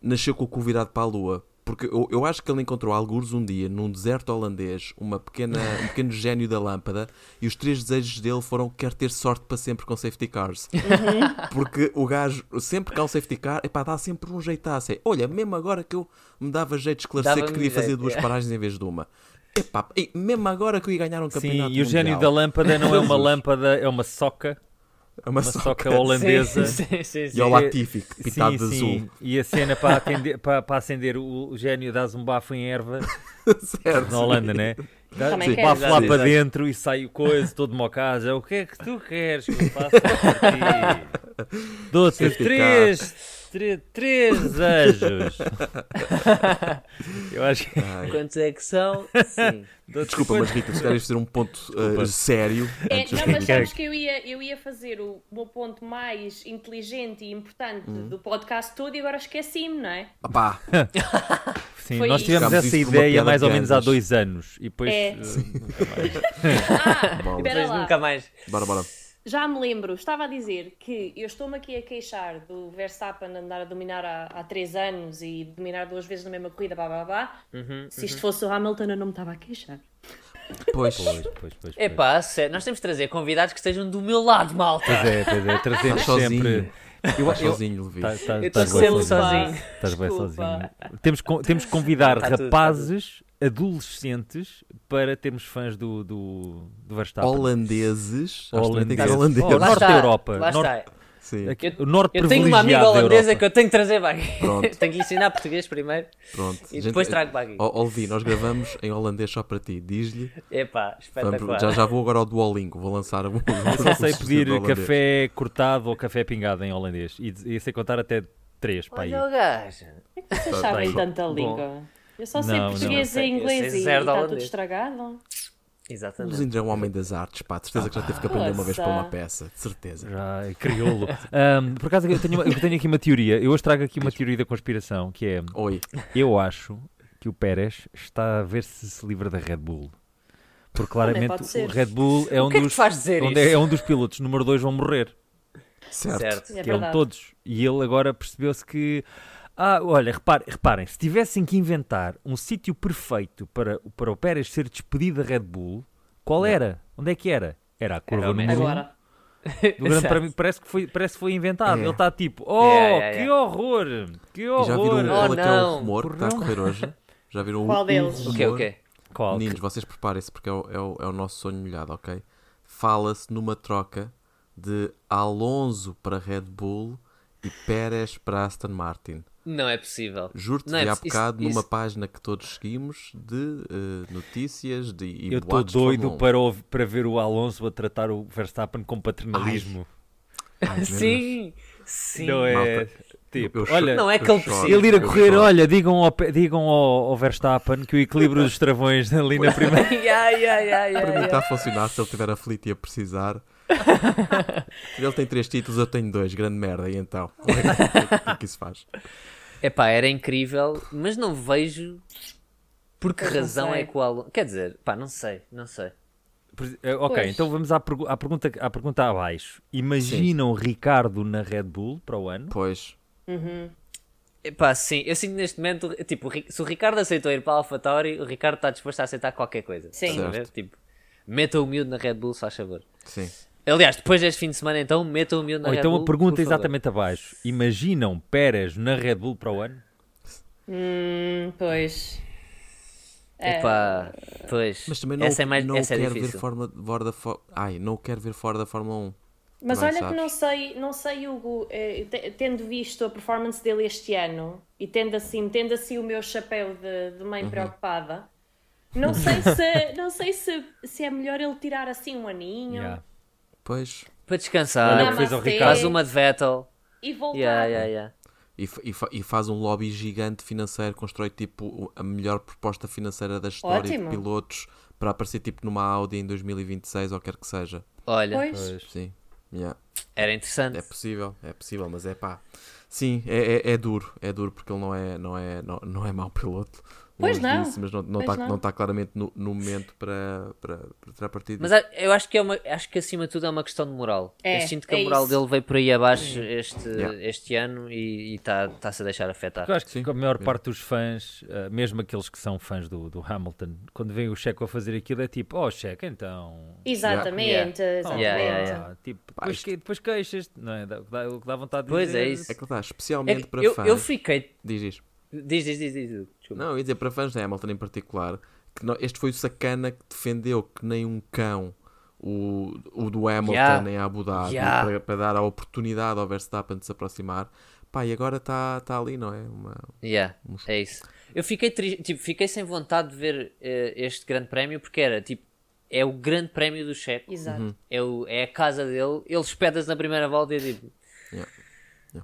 Speaker 2: nasceu com o cu virado para a lua. Porque eu, eu acho que ele encontrou alguns um dia, num deserto holandês, uma pequena, um pequeno gênio da lâmpada, e os três desejos dele foram quer ter sorte para sempre com safety cars.
Speaker 4: Uhum.
Speaker 2: Porque o gajo, sempre que há um safety car, epá, dá sempre um jeitaço. É, Olha, mesmo agora que eu me dava jeito de esclarecer
Speaker 4: Dava-me
Speaker 2: que queria fazer
Speaker 4: jeito, é.
Speaker 2: duas
Speaker 4: yeah.
Speaker 2: paragens em vez de uma. Epá, e mesmo agora que eu ia ganhar um
Speaker 3: Sim,
Speaker 2: campeonato
Speaker 3: e o gênio da
Speaker 2: mundial.
Speaker 3: lâmpada não é uma
Speaker 2: Jesus.
Speaker 3: lâmpada, é uma soca.
Speaker 2: É
Speaker 3: Uma
Speaker 2: uma soca.
Speaker 3: soca holandesa.
Speaker 4: Sim, sim, sim, sim.
Speaker 2: E ao Latifi, que
Speaker 3: sim,
Speaker 2: pintado de
Speaker 3: sim. [laughs]
Speaker 2: azul.
Speaker 3: E a cena para, atender- [laughs] para, para acender o, o gênio dá-se um bafo em erva
Speaker 2: Certo.
Speaker 3: na Holanda, né? Dá,
Speaker 1: Também
Speaker 3: um bafo
Speaker 1: quero,
Speaker 3: lá
Speaker 2: sim.
Speaker 3: para dentro e sai o coisa todo mocado. É, O que é que tu queres que eu faça por ti? Dou-te
Speaker 2: Safety
Speaker 3: três, tre- três desejos. eu acho que.
Speaker 4: Quantos é que [laughs] são? Sim.
Speaker 3: dou-te
Speaker 2: Ah, Desculpa, mas Rita, se queres fazer um ponto uh, sério.
Speaker 1: É,
Speaker 2: antes
Speaker 1: não,
Speaker 2: de-
Speaker 1: [laughs] mas sabes que eu ia, eu ia fazer o meu ponto mais inteligente e importante do podcast todo e agora esqueci-me, não é?
Speaker 2: Opá,
Speaker 3: Sim,
Speaker 1: Foi
Speaker 3: nós
Speaker 1: isso.
Speaker 3: tivemos
Speaker 2: Ficámos
Speaker 3: essa
Speaker 2: isto por uma
Speaker 3: ideia
Speaker 2: piada
Speaker 3: mais ou
Speaker 2: de
Speaker 3: menos há
Speaker 2: anos.
Speaker 3: dois anos. E depois.
Speaker 1: É.
Speaker 3: uh,
Speaker 1: Espera
Speaker 2: bolas.
Speaker 4: Depois
Speaker 1: lá.
Speaker 4: nunca mais.
Speaker 2: Bora, bora.
Speaker 1: Já me lembro, estava a dizer que eu estou-me aqui a queixar do Verstappen andar a dominar há, há três anos e dominar duas vezes na mesma corrida, blá blá blá. Se isto fosse o Hamilton, eu não me estava a queixar.
Speaker 2: Pois.
Speaker 3: Pois, pois, pois,
Speaker 4: É
Speaker 3: pois.
Speaker 4: pá, sério, nós temos de trazer convidados que estejam do meu lado, malta.
Speaker 3: Pois é, pois é, trazemos
Speaker 2: Estás
Speaker 3: sempre.
Speaker 2: sozinho. Estás sozinho, Levi.
Speaker 3: Tá- tá-
Speaker 4: Eu estou
Speaker 3: estás bem
Speaker 4: sempre
Speaker 3: sozinho.
Speaker 4: sozinho.
Speaker 3: Estás bem
Speaker 1: Desculpa.
Speaker 3: sozinho. Temos, con- temos que convidar
Speaker 4: [laughs] Tá tudo, tá
Speaker 3: rapazes, adolescentes, para termos fãs do, do, do Verstappen.
Speaker 2: Holandeses. Acho que também tem que ser
Speaker 3: tá. Holandeses.
Speaker 2: holandês.
Speaker 3: Olá. Norte da Europa,
Speaker 4: Lá
Speaker 3: norte-
Speaker 4: está.
Speaker 2: Sim,
Speaker 3: Aqui-
Speaker 4: Eu-
Speaker 3: o norte
Speaker 4: Eu tenho uma amiga
Speaker 3: privilegiado da
Speaker 4: holandesa
Speaker 3: Europa.
Speaker 4: que eu tenho que trazer para aqui.
Speaker 2: Pronto.
Speaker 4: [laughs] tenho que lhe ensinar português primeiro.
Speaker 2: pronto.
Speaker 4: E depois trago para aqui.
Speaker 2: Ó, ó, Levi, nós gravamos em holandês só para ti. Diz-lhe.
Speaker 4: Epá,
Speaker 2: Vamos-
Speaker 4: espetacular.
Speaker 2: Já, já vou agora ao Duolingo. Vou lançar um.
Speaker 3: [laughs] Eu só sei pedir café cortado ou café pingado em holandês. E, e sei contar até três para aí.
Speaker 4: Olha o gajo.
Speaker 1: Vocês
Speaker 2: Tá
Speaker 1: sabem
Speaker 2: bem.
Speaker 1: tanta língua. Eu só sei
Speaker 3: Não, não.
Speaker 1: português
Speaker 4: Eu
Speaker 1: e
Speaker 4: sei
Speaker 1: inglês e
Speaker 4: é zero de
Speaker 1: está tudo
Speaker 4: holandês.
Speaker 1: estragado.
Speaker 2: O
Speaker 4: Exatamente.
Speaker 2: Luzindo é um homem das artes, pá. De certeza que já teve que aprender uma vez para uma
Speaker 1: Nossa.
Speaker 2: peça. De certeza.
Speaker 3: Já, é
Speaker 4: [laughs]
Speaker 3: crioulo. Ahm, por acaso, eu tenho, uma- eu tenho aqui uma teoria. Eu hoje trago aqui uma teoria da conspiração, que é...
Speaker 2: Oi.
Speaker 3: Eu acho que o Pérez está a ver se se livra da Red Bull. Porque
Speaker 1: pode
Speaker 3: claramente
Speaker 1: ser.
Speaker 3: o Red Bull é um,
Speaker 4: que é que
Speaker 3: dos,
Speaker 4: te faz dizer
Speaker 3: onde
Speaker 4: isso?
Speaker 3: é um dos pilotos número 2 vão morrer.
Speaker 2: Certo.
Speaker 4: Certo.
Speaker 1: É
Speaker 3: que é um de
Speaker 1: verdade.
Speaker 3: todos. E ele agora percebeu-se que. Ah, olha, reparem, reparem, se tivessem que inventar um sítio perfeito para, para o Pérez ser despedido da Red Bull, qual era? Onde é que era? Era a curva
Speaker 4: o
Speaker 3: número um
Speaker 1: Agora.
Speaker 3: do Grande
Speaker 4: [laughs] Exato. é,
Speaker 3: Prémio. Parece que foi, parece que foi inventado.
Speaker 2: É.
Speaker 3: Ele está tipo, oh,
Speaker 4: Yeah, yeah,
Speaker 3: que
Speaker 4: yeah.
Speaker 3: horror! Que
Speaker 2: E já viram
Speaker 3: horror!
Speaker 4: Oh,
Speaker 2: qual é que é o
Speaker 4: não.
Speaker 2: rumor que está a correr hoje? Já viram
Speaker 1: Qual
Speaker 2: o,
Speaker 1: deles?
Speaker 2: o
Speaker 4: O quê, o
Speaker 2: rumor?
Speaker 4: quê?
Speaker 3: Qual?
Speaker 2: Meninos, vocês preparem-se porque é o, é o- é o nosso sonho molhado, ok? Fala-se numa troca de Alonso para Red Bull e Pérez para Aston Martin.
Speaker 4: Não é possível.
Speaker 2: Juro-te
Speaker 4: Não é
Speaker 2: que há
Speaker 4: possi-
Speaker 2: bocado
Speaker 4: isso-
Speaker 2: numa
Speaker 4: isso-
Speaker 2: página que todos seguimos de eh, notícias de, um. e
Speaker 3: Eu estou
Speaker 2: boatos de Fórmula
Speaker 3: doido
Speaker 2: 1.
Speaker 3: para, ouvir- para ver o Alonso a tratar o Verstappen com paternalismo.
Speaker 4: [laughs]
Speaker 2: Ai, meu Deus.
Speaker 4: Sim, sim.
Speaker 3: não
Speaker 4: [laughs]
Speaker 3: é?
Speaker 2: Malta,
Speaker 3: tipo,
Speaker 2: eu- eu
Speaker 3: olha,
Speaker 2: choro.
Speaker 4: Não é
Speaker 2: Eu
Speaker 4: que ele
Speaker 2: choro,
Speaker 4: precisa.
Speaker 3: ele ir a
Speaker 2: eu
Speaker 3: correr,
Speaker 2: choro.
Speaker 3: olha, digam ao, Pe- digam ao, ao Verstappen que o equilíbrio dos travões [laughs] ali na primeira.
Speaker 4: yeah, yeah, yeah, yeah,
Speaker 2: Para mim
Speaker 4: yeah.
Speaker 2: está a funcionar se ele tiver aflito e
Speaker 4: [laughs]
Speaker 2: a precisar. ele tem três títulos, eu tenho dois, grande merda, e então?
Speaker 4: [laughs]
Speaker 2: Como é que- O que é que isso faz?
Speaker 4: Epá, era incrível, mas não vejo por que
Speaker 1: Pois não
Speaker 4: razão
Speaker 1: sei.
Speaker 4: é que o Alonso. Quer dizer, pá, não sei, não sei.
Speaker 3: Por- eh, ok,
Speaker 1: Pois.
Speaker 3: então vamos à, pergu- à pergunta, à pergunta abaixo. Imaginam Ricardo na Red Bull para o ano?
Speaker 2: Pois,
Speaker 4: Epá, sim, eu sinto neste momento, tipo, o Ri- se o Ricardo aceitou ir para a AlphaTauri, o Ricardo está disposto a aceitar qualquer coisa.
Speaker 1: Sim.
Speaker 4: Estás a ver? Tipo, meta o miúdo na Red Bull, se faz favor.
Speaker 2: sim.
Speaker 4: Aliás, depois deste fim de semana, então, meta o miúdo na
Speaker 3: Ou
Speaker 4: Red
Speaker 3: então
Speaker 4: Bull.
Speaker 3: a pergunta
Speaker 4: por favor.
Speaker 3: exatamente abaixo. Imaginam Pérez na Red Bull para o ano?
Speaker 1: Hum, pois.
Speaker 4: Epá, pois.
Speaker 2: Mas também não,
Speaker 4: essa é mais
Speaker 2: não
Speaker 4: essa é
Speaker 2: quero ver
Speaker 4: difícil.
Speaker 2: fora, de- fora da fo- Ai, não quero ver fora da Fórmula 1.
Speaker 1: Mas
Speaker 2: Também
Speaker 1: olha
Speaker 2: sabes.
Speaker 1: que não sei, não sei, Hugo, eh, te- tendo visto a performance dele este ano e tendo assim, tendo assim o meu chapéu de, de
Speaker 4: Uhum.
Speaker 1: mãe preocupada, não
Speaker 4: [laughs]
Speaker 1: sei se, não sei se, se é melhor ele tirar assim um aninho
Speaker 3: Yeah. Ah,
Speaker 2: Pois.
Speaker 4: Para descansar,
Speaker 3: Olha o
Speaker 1: Não,
Speaker 3: que fez ao
Speaker 1: mas
Speaker 3: Ricardo.
Speaker 4: faz uma de Vettel.
Speaker 1: e voltar.
Speaker 4: Yeah, yeah, yeah.
Speaker 2: E, fa- e fa- e faz um lobby gigante financeiro, constrói tipo o- a melhor proposta financeira da história
Speaker 1: Ótimo.
Speaker 2: de pilotos para aparecer tipo numa Audi em 2026 ou quer que seja.
Speaker 4: Olha,
Speaker 1: Pois,
Speaker 2: Sim. Yeah.
Speaker 4: era interessante.
Speaker 2: É possível, é possível, mas é pá. Sim, é, é- é duro, é duro porque ele não é, não é, não, não é mau piloto. longe
Speaker 1: Pois não.
Speaker 2: disso, mas não está não
Speaker 1: Pois
Speaker 2: tá-
Speaker 1: não.
Speaker 2: não tá claramente no, no momento para, para, para tirar partido.
Speaker 4: Mas a- eu acho que, é uma, acho que acima de tudo é uma questão de moral.
Speaker 1: É,
Speaker 4: eu sinto que
Speaker 1: é
Speaker 4: a moral
Speaker 1: isso.
Speaker 4: dele veio por aí abaixo este,
Speaker 2: Hum. Yeah.
Speaker 4: este ano e está-se a deixar afetar.
Speaker 3: Porque eu acho que
Speaker 2: Sim.
Speaker 3: a maior parte dos fãs, eh, mesmo aqueles que são fãs do, do Hamilton, quando vem o Checo a fazer aquilo é tipo, oh Checo, então.
Speaker 1: Exatamente,
Speaker 3: Oh,
Speaker 1: exatamente.
Speaker 4: Yeah, yeah,
Speaker 3: pá",
Speaker 4: yeah.
Speaker 3: Tipo,
Speaker 2: Pá,
Speaker 3: depois,
Speaker 2: isto-
Speaker 3: que, depois queixas, não é? Dá- o que dá- O que dá vontade de
Speaker 4: Pois
Speaker 3: dizer
Speaker 4: é isso.
Speaker 2: É que lá está,
Speaker 4: É
Speaker 2: especialmente
Speaker 4: que
Speaker 2: para
Speaker 4: eu,
Speaker 2: fãs.
Speaker 4: eu fiquei.
Speaker 2: Diz isto.
Speaker 4: Diz, diz, diz, diz. diz, desculpa.
Speaker 2: Não, eu ia dizer para fãs de Hamilton em particular, que não- este foi o sacana que defendeu que nem um cão o, o do Hamilton
Speaker 4: Yeah.
Speaker 2: em Abu Dhabi
Speaker 4: Yeah.
Speaker 2: para, para dar a oportunidade ao Verstappen de se aproximar. Pá, e agora está tá ali, não é? Uma...
Speaker 4: Yeah, é isso. Eu fiquei triste, tipo, fiquei sem vontade de ver eh, este grande prémio porque era tipo, é o grande prémio do Checo.
Speaker 1: Exato.
Speaker 3: Uhum.
Speaker 4: É, o- é a casa dele, ele espeta-se na primeira volta e eu digo.
Speaker 2: Yeah.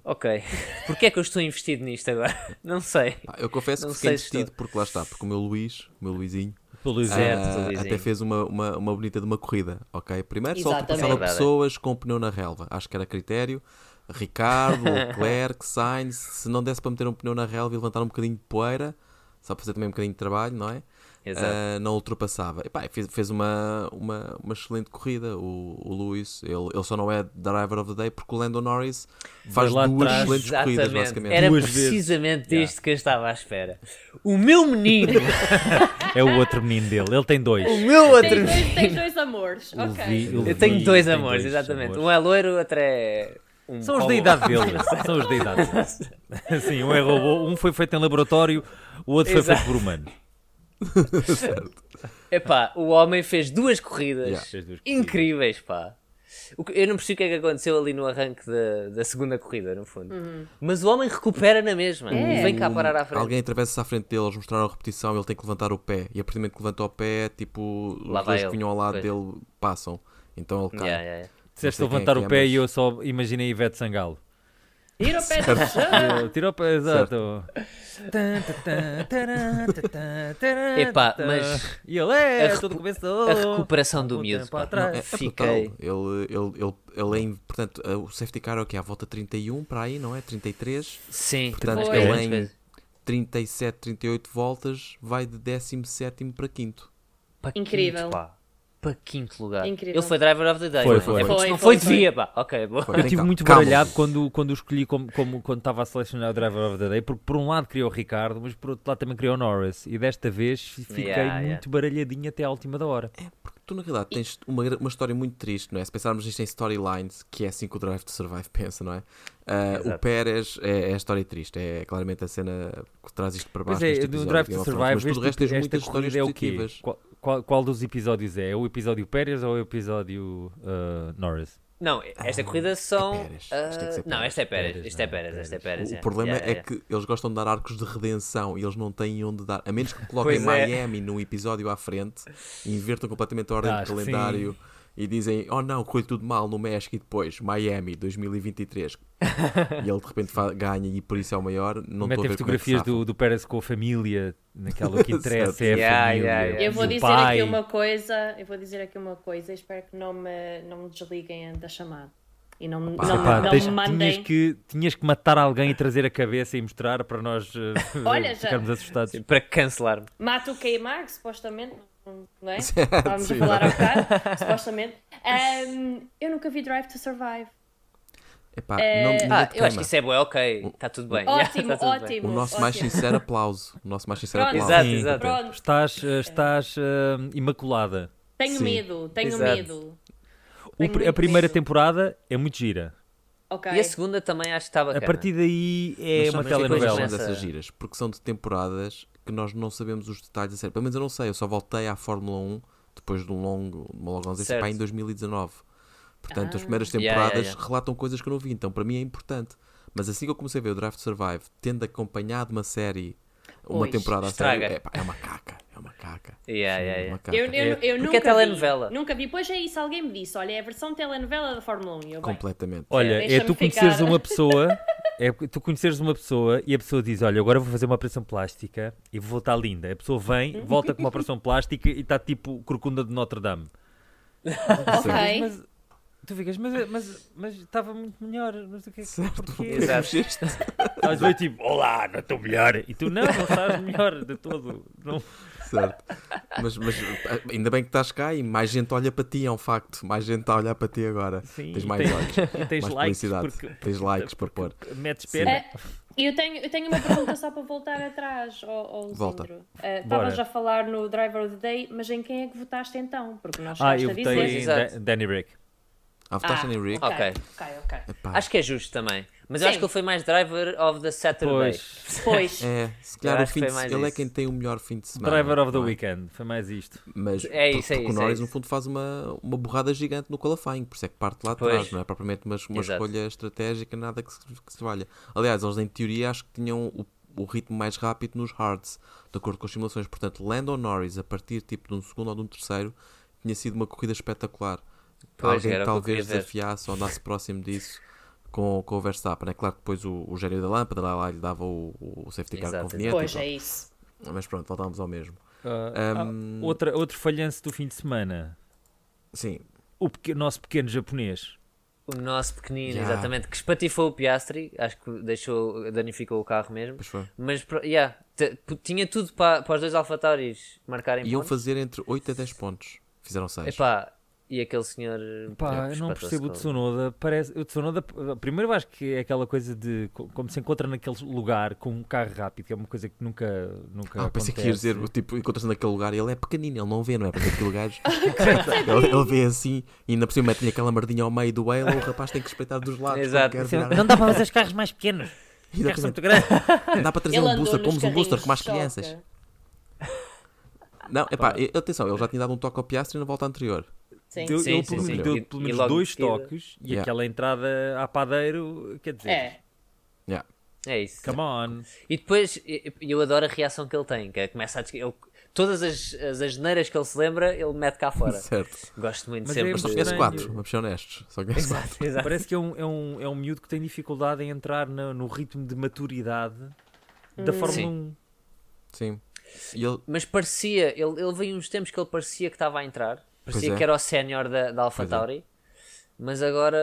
Speaker 4: Ok, [laughs] porque é que eu estou investido nisto agora? [laughs] Não sei.
Speaker 2: Pá, eu confesso
Speaker 4: Não
Speaker 2: que fiquei
Speaker 4: sei se estou-
Speaker 2: investido porque lá está, porque o meu Luís, o meu Luizinho,
Speaker 3: Pelo
Speaker 4: Certo,
Speaker 2: ah,
Speaker 4: Luizinho.
Speaker 2: até fez uma, uma, uma bonita de uma corrida, ok? Primeiro só
Speaker 1: Exatamente.
Speaker 2: ultrapassava
Speaker 4: Verdade.
Speaker 2: pessoas com pneu na relva, acho que era critério.
Speaker 4: [laughs]
Speaker 2: Ricardo, Leclerc, Sainz, se não desse para meter um pneu na relva e levantar um bocadinho de poeira, só para fazer também um bocadinho de trabalho, não é?
Speaker 4: Exato.
Speaker 2: Ah, não ultrapassava. Epá, e fez, fez uma, uma, uma excelente corrida o, o Lewis. Ele, ele só não é driver of the day porque o Lando Norris faz
Speaker 3: lá
Speaker 2: duas
Speaker 3: atrás.
Speaker 2: excelentes corridas, basicamente.
Speaker 4: Era
Speaker 3: Duas vezes.
Speaker 4: precisamente disto que eu estava à espera. O meu
Speaker 3: [laughs]
Speaker 4: menino,
Speaker 3: É o outro menino dele, ele tem dois.
Speaker 4: o meu outro
Speaker 1: Tem,
Speaker 4: menino.
Speaker 1: dois, tem dois amores.
Speaker 3: O
Speaker 1: ok.
Speaker 3: Vi- o
Speaker 4: Eu tenho
Speaker 3: Vi
Speaker 4: dois
Speaker 3: tem
Speaker 4: amores,
Speaker 3: dois
Speaker 4: exatamente.
Speaker 3: amores.
Speaker 4: Um é loiro, o outro é. um
Speaker 3: São os da idade
Speaker 4: robô.
Speaker 3: dele. São os da idade
Speaker 2: [laughs]
Speaker 3: dele. Sim, um é robô, um foi feito em laboratório, o outro foi
Speaker 4: Exato.
Speaker 3: feito por humanos.
Speaker 4: Epá, o homem fez duas corridas
Speaker 2: Yeah.
Speaker 3: Fez duas corridas.
Speaker 4: incríveis, pá. O que- Eu não percebi o que é que aconteceu ali no arranque da, da segunda corrida, no fundo. Mas o homem recupera na mesma e vem cá parar à frente.
Speaker 2: É. Alguém atravessa-se à frente dele, eles mostraram a repetição, ele tem que levantar o pé. E a partir do momento que levanta o pé, tipo,
Speaker 4: Lá vai
Speaker 2: os dois que
Speaker 4: ele.
Speaker 2: vinham ao lado
Speaker 4: Pois.
Speaker 2: dele passam. Então ele cai.
Speaker 4: Yeah, yeah, yeah.
Speaker 3: Disseste
Speaker 2: Não sei
Speaker 3: levantar
Speaker 2: quem é
Speaker 3: o
Speaker 2: que é,
Speaker 3: pé
Speaker 2: mas-
Speaker 3: e eu só imaginei Ivete Sangalo.
Speaker 1: Tira o pé do
Speaker 2: [laughs]
Speaker 4: [laughs]
Speaker 1: chão.
Speaker 3: Eu Tira o pé, Tipo, exato.
Speaker 4: Epá, mas-
Speaker 3: E ele é,
Speaker 4: A recu-
Speaker 3: tudo começou.
Speaker 4: A recuperação do
Speaker 3: Um
Speaker 4: miúdo.
Speaker 3: tempo
Speaker 4: pá.
Speaker 3: atrás.
Speaker 2: É, é
Speaker 4: Fiquei.
Speaker 2: brutal. Ele, ele, ele, ele é, em- portanto, eh, o safety car é o quê? À volta 31 para aí, não é? 33.
Speaker 4: Sim,
Speaker 2: Portanto,
Speaker 1: Pois.
Speaker 2: ele em
Speaker 4: Pois.
Speaker 2: 37, 38 voltas vai de 17 para 5.
Speaker 4: Para
Speaker 1: Incrível.
Speaker 4: Quinto, pá. Para quinto lugar.
Speaker 1: Incrível.
Speaker 4: Ele foi driver of the day.
Speaker 3: Foi,
Speaker 4: não é?
Speaker 3: foi.
Speaker 4: É porque se
Speaker 1: Foi,
Speaker 4: não foi,
Speaker 1: foi,
Speaker 4: devia, pá. Ok, boa.
Speaker 3: Eu estive muito baralhado quando, quando o escolhi como, como- quando estava a selecionar o Driver of the Day, porque por um lado queria o Ricardo, mas por outro lado também queria o Norris. E desta vez fiquei
Speaker 4: Yeah, yeah.
Speaker 3: muito baralhadinho até à última da hora.
Speaker 2: É, Porque tu, na realidade, tens uma, gra- uma história muito triste, não é? Se pensarmos isto em storylines, que é assim que o Drive to Survive [laughs] pensa, não é? Ah, o
Speaker 4: Exato.
Speaker 2: Pérez é, é a história triste, é claramente a cena que traz isto para baixo.
Speaker 3: Pois é,
Speaker 2: neste
Speaker 3: no
Speaker 2: episódio
Speaker 3: Drive
Speaker 2: de Game
Speaker 3: to
Speaker 2: of Thrones,
Speaker 3: Survive,
Speaker 2: mas tudo o
Speaker 3: este-
Speaker 2: resto tens
Speaker 3: esta
Speaker 2: muitas histórias
Speaker 3: corrida é o quê?
Speaker 2: positivas.
Speaker 3: Qual, qual- qual dos episódios é? É o episódio Pérez ou é o episódio ah, Norris?
Speaker 4: Não, esta corrida são.
Speaker 2: É Pérez.
Speaker 4: ah,
Speaker 2: Isto tem que ser
Speaker 4: não,
Speaker 2: Pérez.
Speaker 4: esta é Pérez.
Speaker 3: Pérez,
Speaker 4: Esta é
Speaker 3: não é?
Speaker 4: Pérez. Esta é Pérez.
Speaker 2: O- O,
Speaker 4: yeah.
Speaker 2: problema
Speaker 4: Yeah,
Speaker 2: é
Speaker 4: yeah.
Speaker 2: que eles gostam de dar arcos de redenção e eles não têm onde dar, a menos que coloquem
Speaker 4: Pois é.
Speaker 2: Miami num episódio à frente, invertam completamente a ordem
Speaker 3: Ah,
Speaker 2: do calendário e dizem: Oh não, correu tudo mal no México e depois Miami 2023. e ele de repente fa- ganha e por isso é o maior. Não estou a
Speaker 3: Metem
Speaker 2: ver como é que
Speaker 3: fotografias
Speaker 2: se
Speaker 3: do, do Pérez com a família, naquela
Speaker 2: [laughs]
Speaker 3: que interessa, é a
Speaker 4: Yeah,
Speaker 3: família.
Speaker 4: yeah, yeah.
Speaker 1: Eu vou
Speaker 3: o
Speaker 1: dizer
Speaker 3: pai.
Speaker 1: aqui uma coisa, eu vou dizer aqui uma coisa e espero que não me, não me desliguem da chamada. E não, me-
Speaker 2: Opa.
Speaker 1: não, me-
Speaker 3: Pá,
Speaker 1: não
Speaker 3: tens-
Speaker 1: me
Speaker 3: tinhas,
Speaker 1: mandem.
Speaker 3: que, tinhas que matar alguém e trazer a cabeça e mostrar para nós eh,
Speaker 1: [laughs] Olha, já-
Speaker 3: ficarmos assustados.
Speaker 4: Sim, Para cancelar-me.
Speaker 1: Mata o K-Mag, supostamente, não é?
Speaker 2: Certo,
Speaker 1: Estávamos a
Speaker 2: sim.
Speaker 1: falar há bocado, supostamente. Ahm, eu nunca vi Drive to Survive.
Speaker 2: Epá, não- ninguém
Speaker 4: Ah,
Speaker 2: te
Speaker 4: eu acho
Speaker 2: queima.
Speaker 4: que isso é bom, é ok. Está tudo bem. Yeah,
Speaker 1: Ótimo,
Speaker 4: [laughs] tá tudo bem.
Speaker 1: ótimo.
Speaker 2: O nosso
Speaker 1: ótimo.
Speaker 2: mais sincero aplauso. O nosso mais sincero
Speaker 1: Pronto,
Speaker 2: aplauso.
Speaker 4: Exato,
Speaker 2: Sim.
Speaker 4: exato.
Speaker 1: Pronto,
Speaker 3: Estás, eh, estás eh, imaculada.
Speaker 1: tenho
Speaker 2: Sim.
Speaker 1: medo, tenho
Speaker 4: Exato.
Speaker 1: medo.
Speaker 3: O
Speaker 1: Tenho
Speaker 3: pr- a
Speaker 1: muito
Speaker 3: primeira
Speaker 1: medo.
Speaker 3: temporada é muito gira.
Speaker 1: Ok.
Speaker 4: E a segunda também acho que está
Speaker 3: A
Speaker 4: bacana.
Speaker 3: partir daí é
Speaker 2: Mas
Speaker 3: uma
Speaker 2: sabes que coisas
Speaker 3: telenovela.
Speaker 2: são
Speaker 4: Começa-
Speaker 2: dessas giras, porque são de temporadas que nós não sabemos os detalhes a sério. Pelo menos eu não sei, eu só voltei à Fórmula 1 depois de um longo, de uma longa ausência
Speaker 4: Certo. Ah.
Speaker 2: pá, em 2019. Portanto, as primeiras
Speaker 4: Yeah, yeah,
Speaker 2: temporadas
Speaker 4: yeah.
Speaker 2: relatam coisas que eu não vi, então para mim é importante. Mas assim que eu comecei a ver o Drive to Survive, tendo acompanhado uma série, uma
Speaker 1: Pois,
Speaker 2: temporada a
Speaker 4: estraga.
Speaker 2: sério, é, pá, é uma caca, é uma caca. é
Speaker 4: Yeah, yeah,
Speaker 2: Uma
Speaker 4: yeah.
Speaker 2: caca.
Speaker 1: Eu, eu, eu
Speaker 4: Porque
Speaker 1: nunca
Speaker 4: é telenovela.
Speaker 1: Vi, nunca vi. Pois é isso, alguém me disse, olha, é a versão telenovela da Fórmula 1. e Eu, bem,
Speaker 2: Completamente.
Speaker 3: Olha, é,
Speaker 1: Deixa-me
Speaker 3: tu conheceres
Speaker 1: ficar. [laughs]
Speaker 3: uma pessoa, é tu conheceres uma pessoa e a pessoa diz: Olha, agora vou fazer uma operação plástica e vou voltar linda. A pessoa vem,
Speaker 1: Uhum.
Speaker 3: volta tá, com uma operação plástica e está tipo corcunda de Notre Dame.
Speaker 1: ok.
Speaker 3: Mas Tu ficas, mas estava mas, mas estava muito melhor. Mas o que é que
Speaker 2: Certo,
Speaker 3: porquê?
Speaker 2: porque
Speaker 4: Exato.
Speaker 2: mexeste.
Speaker 4: [laughs]
Speaker 3: Estás bem tipo, olá, não estou melhor. E tu não, não estás melhor de todo. Não.
Speaker 2: Certo. Mas, mas ah, ainda bem que estás cá e mais gente olha para ti, é um facto. Mais gente está a olhar para ti agora.
Speaker 3: Sim,
Speaker 2: tens
Speaker 3: e
Speaker 2: mais
Speaker 3: tem-
Speaker 2: olhos.
Speaker 3: E [laughs] tens
Speaker 2: Mais
Speaker 3: likes
Speaker 2: publicidade.
Speaker 3: porque,
Speaker 2: Tens likes para pôr.
Speaker 3: porque metes
Speaker 2: Sim.
Speaker 3: pena.
Speaker 1: Ah, eu, tenho, eu tenho uma pergunta só para voltar atrás ao, ao
Speaker 2: Volta.
Speaker 1: Zindro. Ah,
Speaker 3: Bora.
Speaker 1: Estavas a falar no Driver of the Day, mas em quem é que votaste então? Porque nós
Speaker 3: Ah,
Speaker 1: chegaste
Speaker 3: eu
Speaker 1: a
Speaker 3: votei
Speaker 1: dizer.
Speaker 3: em
Speaker 4: Exato.
Speaker 3: Dan- Danny Rick.
Speaker 2: Ah, votaste em Rick?
Speaker 1: Ok,
Speaker 4: Ok.
Speaker 1: ok, ok.
Speaker 2: Epá,
Speaker 4: Acho que é justo também. Mas eu
Speaker 1: Sim.
Speaker 4: acho que ele foi mais driver of the Saturday.
Speaker 3: Pois,
Speaker 1: Pois,
Speaker 2: É, se
Speaker 4: Eu
Speaker 2: calhar o
Speaker 4: acho
Speaker 2: fim
Speaker 4: que
Speaker 2: de,
Speaker 4: foi mais
Speaker 2: ele é
Speaker 4: isso.
Speaker 2: quem tem o melhor fim de semana.
Speaker 3: Driver of the
Speaker 2: não é?
Speaker 3: Weekend. Foi mais isto.
Speaker 2: Mas
Speaker 4: É
Speaker 2: por-
Speaker 4: isso, é
Speaker 2: porque
Speaker 4: isso,
Speaker 2: o
Speaker 4: é
Speaker 2: Norris, no
Speaker 4: isso.
Speaker 2: fundo, faz uma, uma borrada gigante no qualifying, por isso é que parte lá
Speaker 4: Pois.
Speaker 2: atrás, não é propriamente uma, uma
Speaker 4: Exato.
Speaker 2: escolha estratégica, nada que se, que se valha. Aliás, eles em teoria acho que tinham o, o ritmo mais rápido nos hards, de acordo com as simulações. Portanto, Lando Norris, a partir tipo de um segundo ou de um terceiro, tinha sido uma corrida espetacular.
Speaker 4: Pois,
Speaker 2: Alguém
Speaker 4: era o que eu
Speaker 2: talvez
Speaker 4: queria ver.
Speaker 2: desafiasse ou andasse próximo disso. Com, com o Verstappen, é claro que depois o, o gênio da lâmpada lá, lá lhe dava o, o safety car
Speaker 4: Exato,
Speaker 2: conveniente,
Speaker 1: pois
Speaker 2: e
Speaker 1: é isso.
Speaker 2: pronto. mas pronto, voltámos ao mesmo.
Speaker 3: Ah, ah, outra, outro falhanço do fim de semana.
Speaker 2: Sim,
Speaker 3: O peque- nosso pequeno japonês.
Speaker 4: O nosso pequenino,
Speaker 2: Yeah.
Speaker 4: exatamente, que espatifou o Piastri, acho que deixou, danificou o carro mesmo.
Speaker 2: pois foi.
Speaker 4: Mas, pro- yeah, te- p- tinha tudo para, para os dois Alfatauris marcarem
Speaker 2: Iam
Speaker 4: pontos.
Speaker 2: fazer entre 8 a 10 pontos. Fizeram 6.
Speaker 4: Epá, e aquele senhor...
Speaker 3: Pá,
Speaker 4: yeah,
Speaker 2: É,
Speaker 3: eu não
Speaker 4: espatou-se
Speaker 3: percebo o
Speaker 4: com-
Speaker 3: Tsunoda. Parece, o Tsunoda, primeiro eu acho que é aquela coisa de co- como se encontra naquele lugar com um carro rápido, que é uma coisa que nunca, nunca
Speaker 2: Ah,
Speaker 3: acontece.
Speaker 2: pensei que
Speaker 1: é.
Speaker 2: ias dizer, tipo, encontras naquele lugar e ele é pequenino, ele não vê, não é? Porque aquele
Speaker 1: [laughs]
Speaker 2: gajo, ele, ele vê assim e ainda por cima tem aquela mardinha ao meio do whale, o rapaz tem que respeitar dos lados.
Speaker 4: Exato.
Speaker 2: porque
Speaker 3: Sim,
Speaker 2: quer virar-
Speaker 3: Não dá para fazer os carros mais pequenos.
Speaker 2: [laughs]
Speaker 3: Os carros são
Speaker 2: Exatamente.
Speaker 3: muito grandes.
Speaker 2: Não dá para trazer
Speaker 1: Ele
Speaker 2: um
Speaker 1: andou
Speaker 2: booster,
Speaker 1: nos
Speaker 2: como um booster
Speaker 1: carrinhos
Speaker 2: como as
Speaker 1: de choque.
Speaker 2: crianças. Não, epá, e- atenção, ele já tinha dado um toque ao Piastri na volta anterior.
Speaker 1: Sim.
Speaker 3: Deu,
Speaker 4: Sim,
Speaker 3: ele
Speaker 4: sim,
Speaker 3: pelo
Speaker 4: sim.
Speaker 3: menos deu
Speaker 4: E-
Speaker 3: pelo
Speaker 4: e
Speaker 3: menos
Speaker 4: logo de
Speaker 3: dois
Speaker 4: seguida-
Speaker 3: toques e
Speaker 2: Yeah.
Speaker 3: aquela entrada à padeiro, quer dizer,
Speaker 1: É.
Speaker 2: Yeah.
Speaker 4: É isso.
Speaker 3: come on.
Speaker 4: E depois, e- e- eu adoro a reação que ele tem, que é, começa a... descre- Ele, todas as, as asneiras que ele se lembra, ele mete cá fora.
Speaker 2: Certo.
Speaker 4: Gosto muito
Speaker 3: Mas
Speaker 4: sempre.
Speaker 3: é
Speaker 2: Mas só
Speaker 4: de-
Speaker 2: conhece
Speaker 3: Estranho.
Speaker 2: 4, vamos ser honestos. Só conhece 4.
Speaker 4: Exato,
Speaker 2: [laughs]
Speaker 4: exato.
Speaker 3: [laughs] Parece que é um, é, um, é um miúdo que tem dificuldade em entrar na- no ritmo de maturidade da
Speaker 2: Hum.
Speaker 3: Fórmula
Speaker 4: Sim.
Speaker 3: 1.
Speaker 2: Sim. E ele,
Speaker 4: Mas parecia, ele, ele veio uns tempos que ele parecia que estava a entrar, parecia
Speaker 2: é.
Speaker 4: que era o sénior da, da Alpha
Speaker 2: Pois é.
Speaker 4: Tauri, mas agora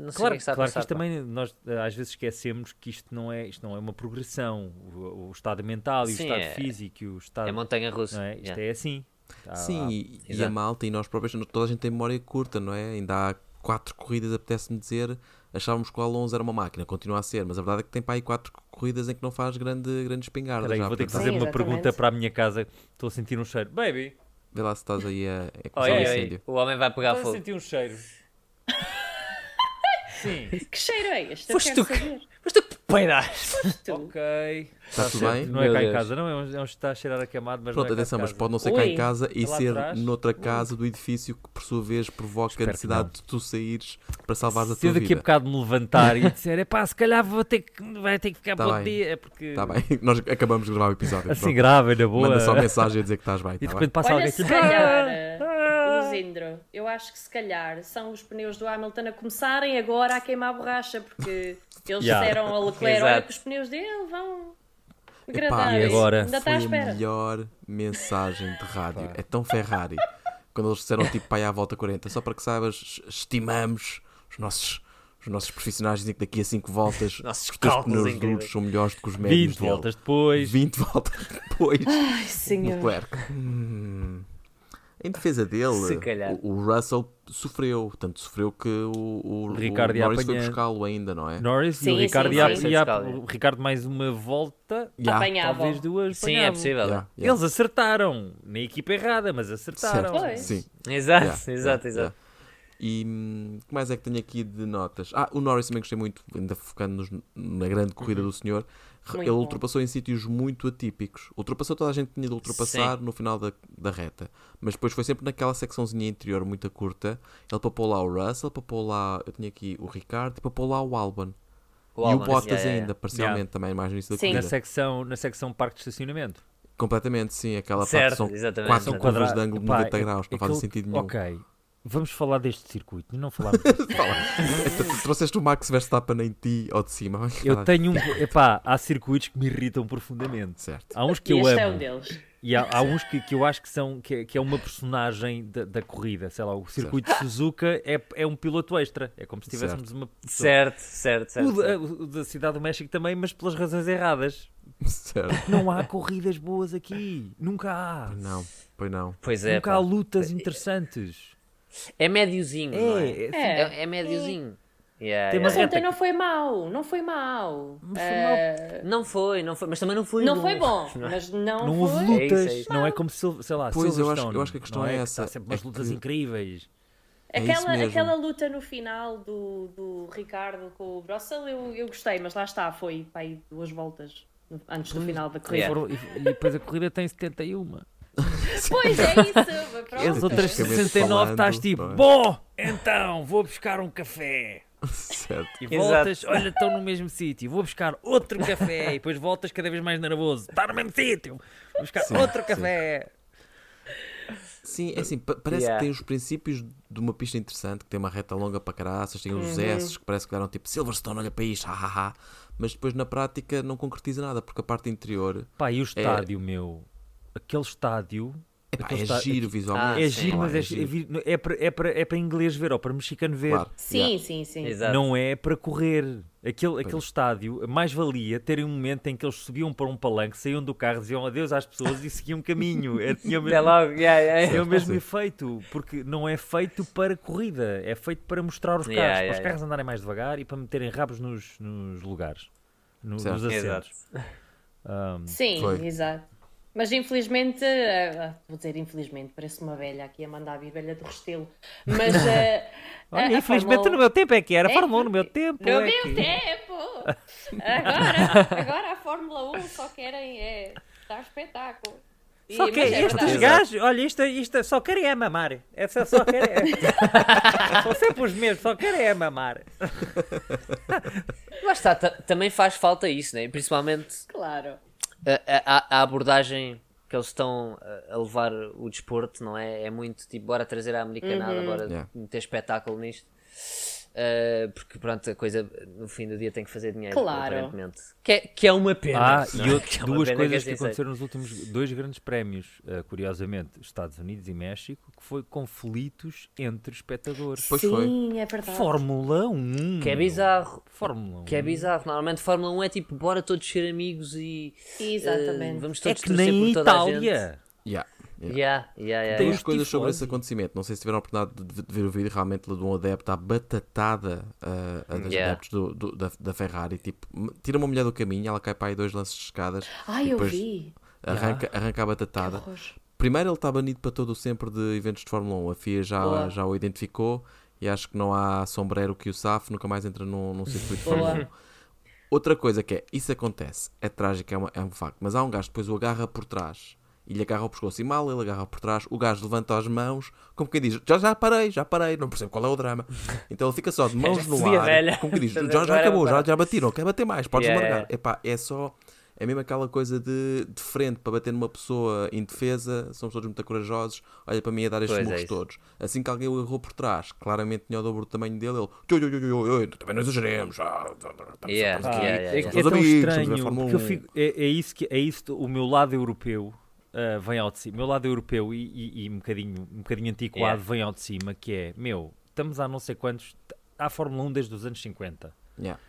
Speaker 4: não sei o que é
Speaker 3: Claro,
Speaker 4: que está a
Speaker 3: claro que
Speaker 4: passar.
Speaker 3: isto também nós eh, às vezes esquecemos que isto não é, isto não é uma progressão. O, o estado mental e
Speaker 4: Sim,
Speaker 3: o estado
Speaker 4: é-
Speaker 3: físico e o
Speaker 4: pá.
Speaker 3: estado.
Speaker 4: É montanha russa.
Speaker 3: não é? Isto
Speaker 4: yeah.
Speaker 3: é assim. Há-
Speaker 2: Sim, e, e a
Speaker 4: exato.
Speaker 2: malta e nós próprios, toda a gente tem memória curta, não é? Ainda há quatro corridas, apetece-me dizer, achávamos que o Alonso era uma máquina, continua a ser, mas a verdade é que tem para aí quatro corridas em que não faz grande, grande espingarda.
Speaker 3: Peraí,
Speaker 2: já,
Speaker 3: vou ter que
Speaker 2: portanto,
Speaker 3: fazer uma
Speaker 1: exatamente.
Speaker 3: pergunta para a minha casa. Estou a sentir um cheiro. Baby,
Speaker 2: Vê lá se estás aí a, a
Speaker 4: Oi,
Speaker 2: começar um
Speaker 4: oi, oi,
Speaker 2: incêndio.
Speaker 4: o homem vai pegar
Speaker 3: estou a
Speaker 4: Ah, fogo.
Speaker 3: sentir um cheiro. Sim,
Speaker 1: Que cheiro é este? Eu
Speaker 4: Foste
Speaker 1: quero
Speaker 4: tu que-
Speaker 2: [laughs]
Speaker 1: saber.
Speaker 4: Mas tu que peidaste!
Speaker 1: Tu.
Speaker 3: ok.
Speaker 2: Está tudo bem?
Speaker 3: Não é
Speaker 4: Meu
Speaker 3: cá em
Speaker 4: Deus.
Speaker 3: casa, não. É um, é um que está a cheirar a queimado, mas
Speaker 2: Pronto,
Speaker 3: não é cá
Speaker 2: atenção,
Speaker 3: de
Speaker 2: mas
Speaker 3: casa.
Speaker 2: pode não ser cá
Speaker 1: Ui,
Speaker 2: em casa e
Speaker 3: é lá
Speaker 2: ser
Speaker 3: atrás.
Speaker 2: noutra casa do edifício que por sua vez provoca
Speaker 3: Espero
Speaker 2: a
Speaker 3: que
Speaker 2: necessidade
Speaker 3: não.
Speaker 2: de tu saíres para salvares a
Speaker 3: Se
Speaker 2: tua
Speaker 3: eu daqui a
Speaker 2: vida.
Speaker 3: bocado me levantar e disser, é pá, se calhar vou ter que, vai ter que ficar
Speaker 2: Tá
Speaker 3: para outro
Speaker 2: bem.
Speaker 3: dia, é porque
Speaker 2: Está Tá bem, [laughs] nós acabamos de gravar o episódio.
Speaker 3: assim
Speaker 2: pronto.
Speaker 3: grave, na boa.
Speaker 2: Manda só mensagem a dizer que estás bem.
Speaker 3: E de
Speaker 2: tá
Speaker 3: repente
Speaker 2: bem?
Speaker 3: passa
Speaker 1: Olha,
Speaker 3: alguém
Speaker 1: se
Speaker 3: tipo,
Speaker 1: calhar,
Speaker 3: "Ah,
Speaker 1: o Zindro, eu acho que se calhar são os pneus do Hamilton a começarem agora a queimar a borracha, porque eles
Speaker 3: Yeah.
Speaker 1: disseram ao Leclerc: olha,
Speaker 4: Exato.
Speaker 1: que os pneus dele vão
Speaker 2: Epá,
Speaker 1: degradar.
Speaker 3: e agora?
Speaker 1: Ainda está
Speaker 2: foi
Speaker 1: à
Speaker 2: a
Speaker 1: espera.
Speaker 2: melhor mensagem de rádio. É tão Ferrari. Quando eles disseram tipo pai à volta 40, só para que saibas, es- estimamos os nossos, os nossos profissionais dizem que daqui a
Speaker 4: [laughs]
Speaker 2: 5 voltas
Speaker 4: Nossos
Speaker 2: os teus
Speaker 4: cálculos
Speaker 2: pneus
Speaker 4: incríveis.
Speaker 2: duros são melhores do que os médios.
Speaker 3: 20
Speaker 2: dele.
Speaker 3: voltas depois.
Speaker 2: 20 voltas [laughs] depois.
Speaker 1: Ai, senhor.
Speaker 2: Leclerc. Hum. Em defesa
Speaker 4: Se
Speaker 2: dele,
Speaker 4: calhar.
Speaker 2: o, o Russell sofreu. Tanto sofreu que o, o, o
Speaker 3: Ricardo ia
Speaker 2: Norris foi
Speaker 3: apanhar.
Speaker 2: buscá-lo ainda, não é?
Speaker 3: Norris e o
Speaker 1: Sim,
Speaker 3: Ricardo,
Speaker 1: sim,
Speaker 3: ia-
Speaker 1: sim.
Speaker 3: ia-
Speaker 4: Sim, sim.
Speaker 3: o Ricardo mais uma volta,
Speaker 2: Já.
Speaker 1: Apanhava.
Speaker 3: talvez duas.
Speaker 4: Sim, é
Speaker 3: apanhavam.
Speaker 4: possível.
Speaker 2: Já, já.
Speaker 3: Eles acertaram, na equipa errada, mas acertaram.
Speaker 2: Certo.
Speaker 1: Pois.
Speaker 2: Sim.
Speaker 4: Exato,
Speaker 2: [laughs] Yeah,
Speaker 4: exato,
Speaker 2: yeah,
Speaker 4: exato.
Speaker 2: yeah. E hum, o que mais é que tenho aqui de notas? Ah, o Norris também gostei muito, ainda focando-nos na grande corrida
Speaker 4: Uhum.
Speaker 2: do senhor. Re-
Speaker 1: Muito
Speaker 2: Ele
Speaker 1: bom.
Speaker 2: ultrapassou em sítios muito atípicos. Ultrapassou toda a gente que tinha de ultrapassar no final da, da reta. Mas depois foi sempre naquela secçãozinha interior muito curta. Ele papou lá o Russell, papou lá, eu tinha aqui o Ricardo e papou lá o Albon. e
Speaker 4: Albon,
Speaker 2: o Bottas
Speaker 4: yeah, yeah,
Speaker 2: ainda, parcialmente também, mais no início da
Speaker 1: Sim.
Speaker 3: Na
Speaker 2: corrida.
Speaker 3: secção, na secção parque de estacionamento.
Speaker 2: Completamente, sim. Aquela parte que
Speaker 4: Certo,
Speaker 2: são
Speaker 4: exatamente.
Speaker 2: quatro
Speaker 4: São
Speaker 2: curvas
Speaker 3: Quadra-
Speaker 2: de ângulo de
Speaker 3: Pá,
Speaker 2: 90
Speaker 3: é-
Speaker 2: graus. Não
Speaker 3: aquele-
Speaker 2: fazem sentido nenhum.
Speaker 3: Ok, vamos falar deste circuito, não
Speaker 2: [laughs]
Speaker 3: falamos disto.
Speaker 2: Então, tu trouxeste o Max Verstappen em ti ou de cima. Vamos
Speaker 3: Eu
Speaker 2: falar.
Speaker 3: tenho um. Epá, há circuitos que me irritam profundamente.
Speaker 2: Certo.
Speaker 3: Há uns que
Speaker 1: E
Speaker 3: eu
Speaker 1: este é
Speaker 3: amo
Speaker 1: um deles.
Speaker 3: E há, há uns que, que eu acho que são que é, que é uma personagem da, da corrida, sei lá, o circuito de Suzuka é, é um piloto extra, é como se tivéssemos uma pessoa.
Speaker 4: Certo, certo, certo.
Speaker 3: O,
Speaker 4: certo.
Speaker 3: da, o da cidade do México também, mas pelas razões erradas.
Speaker 2: Certo.
Speaker 3: Não há corridas boas aqui, nunca há.
Speaker 2: Não, pois não.
Speaker 4: Pois é.
Speaker 3: nunca
Speaker 4: pá.
Speaker 3: há lutas interessantes.
Speaker 4: É médiozinho, não é?
Speaker 3: É,
Speaker 1: É.
Speaker 4: É, é médiozinho. Yeah,
Speaker 3: Tem
Speaker 4: yeah.
Speaker 3: uma
Speaker 1: Mas
Speaker 3: reta
Speaker 1: ontem
Speaker 3: que-
Speaker 1: não foi mau, não foi mau.
Speaker 3: foi
Speaker 4: É,
Speaker 1: Eh,
Speaker 4: Não foi, não foi, mas também não foi
Speaker 1: Não
Speaker 4: bom.
Speaker 1: foi bom, mas não,
Speaker 3: Não
Speaker 1: foi.
Speaker 3: houve
Speaker 4: É isso,
Speaker 3: lutas,
Speaker 4: é isso.
Speaker 3: não é como se, sei lá,
Speaker 2: Pois, eu acho-
Speaker 3: Silverstone,
Speaker 2: eu acho que a questão
Speaker 3: não
Speaker 2: é
Speaker 3: que
Speaker 2: essa,
Speaker 3: Está sempre umas
Speaker 2: é
Speaker 3: lutas
Speaker 2: que-
Speaker 3: incríveis.
Speaker 2: É isso
Speaker 1: Aquela,
Speaker 2: mesmo.
Speaker 1: aquela luta no final do, do Ricardo com o Brossel eu, eu gostei, mas lá está, foi pá, aí duas voltas no- antes do final da
Speaker 3: E,
Speaker 1: corrida.
Speaker 4: Yeah.
Speaker 3: foram- e- e depois a corrida tem 71.
Speaker 1: [laughs] Pois é isso, mas pronto.
Speaker 3: As outras
Speaker 2: Tecnicamente
Speaker 3: 69 estás
Speaker 2: falando,
Speaker 3: tipo,
Speaker 2: não é?
Speaker 3: bom, então vou buscar um café.
Speaker 2: Certo.
Speaker 3: E
Speaker 4: Exato.
Speaker 3: voltas, olha, estão no mesmo sítio, vou buscar outro café. E depois voltas cada vez mais nervoso, está no mesmo sítio, vou buscar
Speaker 2: Sim,
Speaker 3: outro
Speaker 2: sim.
Speaker 3: café.
Speaker 2: Sim, é assim, pa- parece
Speaker 4: Yeah.
Speaker 2: que tem os princípios de uma pista interessante, que tem uma reta longa para caraças, tem uns S's que parece que deram tipo Silverstone, olha para isto, ah, ah, ah. mas depois na prática não concretiza nada, porque a parte interior
Speaker 3: Pá, e o estádio, meu? Aquele estádio.
Speaker 2: epá,
Speaker 3: aquele
Speaker 2: é
Speaker 3: esta-
Speaker 2: giro visualmente.
Speaker 3: É
Speaker 4: Ah, sim.
Speaker 3: giro, mas
Speaker 2: Claro,
Speaker 3: é,
Speaker 2: é giro.
Speaker 3: giro. é para, é para- é para inglês ver ou para mexicano ver.
Speaker 2: Claro,
Speaker 1: Sim,
Speaker 2: yeah.
Speaker 1: sim, sim.
Speaker 4: Exato.
Speaker 3: Não é para correr. Aquele, aquele estádio, mais valia terem um momento em que eles subiam para um palanque, saíam do carro, diziam adeus às pessoas e seguiam caminho. É, [laughs] tinha o
Speaker 4: Até
Speaker 3: mesmo,
Speaker 4: logo, yeah, yeah, yeah.
Speaker 3: tinha É o mesmo
Speaker 2: Sim.
Speaker 3: efeito, porque não é feito para corrida, é feito para mostrar os carros,
Speaker 4: Yeah,
Speaker 3: para
Speaker 4: yeah,
Speaker 3: os carros andarem mais devagar e para meterem rabos nos, nos lugares, no-
Speaker 2: Certo.
Speaker 3: nos
Speaker 4: Exato.
Speaker 3: assentos. Ahm,
Speaker 1: Sim,
Speaker 2: Foi.
Speaker 1: exato. Mas infelizmente, ah, ah, vou dizer infelizmente, parece uma velha aqui a mandar a velha do Restelo.
Speaker 3: [laughs]
Speaker 1: Mas. ah,
Speaker 3: olha,
Speaker 1: a- a
Speaker 3: infelizmente
Speaker 1: Fórmula
Speaker 3: no meu tempo é que era,
Speaker 1: É,
Speaker 3: Fórmula 1 no meu tempo.
Speaker 1: No
Speaker 3: é
Speaker 1: meu
Speaker 3: que-
Speaker 1: tempo! Agora, agora a Fórmula 1 só querem é dar espetáculo. E-
Speaker 3: Só que
Speaker 1: mas é
Speaker 3: estes
Speaker 1: verdade.
Speaker 3: gajos, olha, isto, isto só querem é mamar. É só, só querem. é. [laughs] São sempre os mesmos, só querem é mamar.
Speaker 4: Lá está, ta- também faz falta isso, né? Principalmente
Speaker 1: Claro.
Speaker 4: a, a- a abordagem que eles estão a- a levar o desporto, não é? É muito tipo, bora trazer a americanada,
Speaker 1: Uhum.
Speaker 4: bora
Speaker 2: Yeah.
Speaker 4: meter espetáculo nisto. Uh, porque pronto, a coisa no fim do dia tem que fazer dinheiro,
Speaker 1: Claro.
Speaker 4: aparentemente. Que é, que é uma pena.
Speaker 3: Ah,
Speaker 4: não
Speaker 3: e
Speaker 4: é?
Speaker 3: outras [laughs]
Speaker 4: Que é uma
Speaker 3: duas
Speaker 4: pena
Speaker 3: coisas que
Speaker 4: assim seja.
Speaker 3: aconteceram nos últimos dois grandes prémios, eh, curiosamente, Estados Unidos e México, que foi conflitos entre espectadores.
Speaker 2: Pois foi.
Speaker 1: Sim, é verdade.
Speaker 3: Fórmula 1.
Speaker 4: Que é bizarro.
Speaker 3: Fórmula 1.
Speaker 4: Que é bizarro. Normalmente Fórmula 1 é tipo, bora todos ser amigos e
Speaker 1: Exatamente.
Speaker 4: eh, vamos
Speaker 3: É
Speaker 4: todos
Speaker 3: que
Speaker 4: torcer
Speaker 3: nem
Speaker 4: por toda a
Speaker 3: Itália.
Speaker 2: Yeah, é yeah.
Speaker 4: gente. Yeah, yeah, yeah,
Speaker 2: Tem
Speaker 1: É
Speaker 4: yeah.
Speaker 2: as coisas sobre
Speaker 3: tifose.
Speaker 2: esse acontecimento. Não sei se tiveram a oportunidade de, de ver o vídeo realmente de um adepto à batatada ah, a dos
Speaker 4: Yeah.
Speaker 2: adeptos do- do- da, da Ferrari. Tipo, m- tira uma mulher do caminho, ela cai para aí dois lances de escadas.
Speaker 1: Ai,
Speaker 2: e
Speaker 1: eu
Speaker 2: depois
Speaker 1: vi.
Speaker 2: Arranca, arranca a batatada.
Speaker 1: Horror.
Speaker 2: Primeiro ele está banido para todo o sempre de eventos de Fórmula 1. A FIA já,
Speaker 1: Boa.
Speaker 2: já o identificou e acho que não há sombreiro que o safe, nunca mais entra num, num circuito de
Speaker 1: Boa.
Speaker 2: Fórmula 1. Outra coisa que é, isso acontece, é trágico, é, uma- é um facto, mas há um gajo que depois o agarra por trás e lhe agarra o pescoço e mal ele agarra por trás, o gajo levanta as mãos, como quem diz, já já parei, já parei, não percebo qual é o drama. Então ele fica só de mãos no
Speaker 4: fodi a
Speaker 2: ar,
Speaker 4: velha.
Speaker 2: como quem diz, já, já
Speaker 4: Agora
Speaker 2: acabou,
Speaker 4: vou
Speaker 2: já,
Speaker 4: parar."
Speaker 2: já bati, não quer bater mais, podes
Speaker 4: Yeah,
Speaker 2: largar.
Speaker 4: yeah.
Speaker 2: Epá, é só. É mesmo aquela coisa de, de frente para bater numa pessoa indefesa, somos todos muito corajosos, olha para mim a dar estes
Speaker 4: Pois é
Speaker 2: murros
Speaker 4: isso.
Speaker 2: todos. Assim que alguém o errou por trás, claramente tinha o dobro do tamanho dele, ele. "Tio, tio, tio, tio, tio, também não exageremos. ah, estamos aqui."
Speaker 4: Yeah,
Speaker 3: Ah,
Speaker 4: yeah,
Speaker 3: é,
Speaker 4: yeah,
Speaker 3: é
Speaker 4: yeah.
Speaker 2: Somos
Speaker 3: tão
Speaker 2: amigos, somos da
Speaker 3: estranho.
Speaker 2: Fórmula
Speaker 3: porque eu
Speaker 2: 1.
Speaker 3: fico- é, é isso que é isso, que o meu lado europeu ah, vem ao de cima. O meu lado europeu e, e- e um, bocadinho, um bocadinho antiquado
Speaker 4: Yeah.
Speaker 3: vem ao de cima, que é, meu, estamos há não sei quantos, há Fórmula 1 desde os anos 50
Speaker 2: Yeah.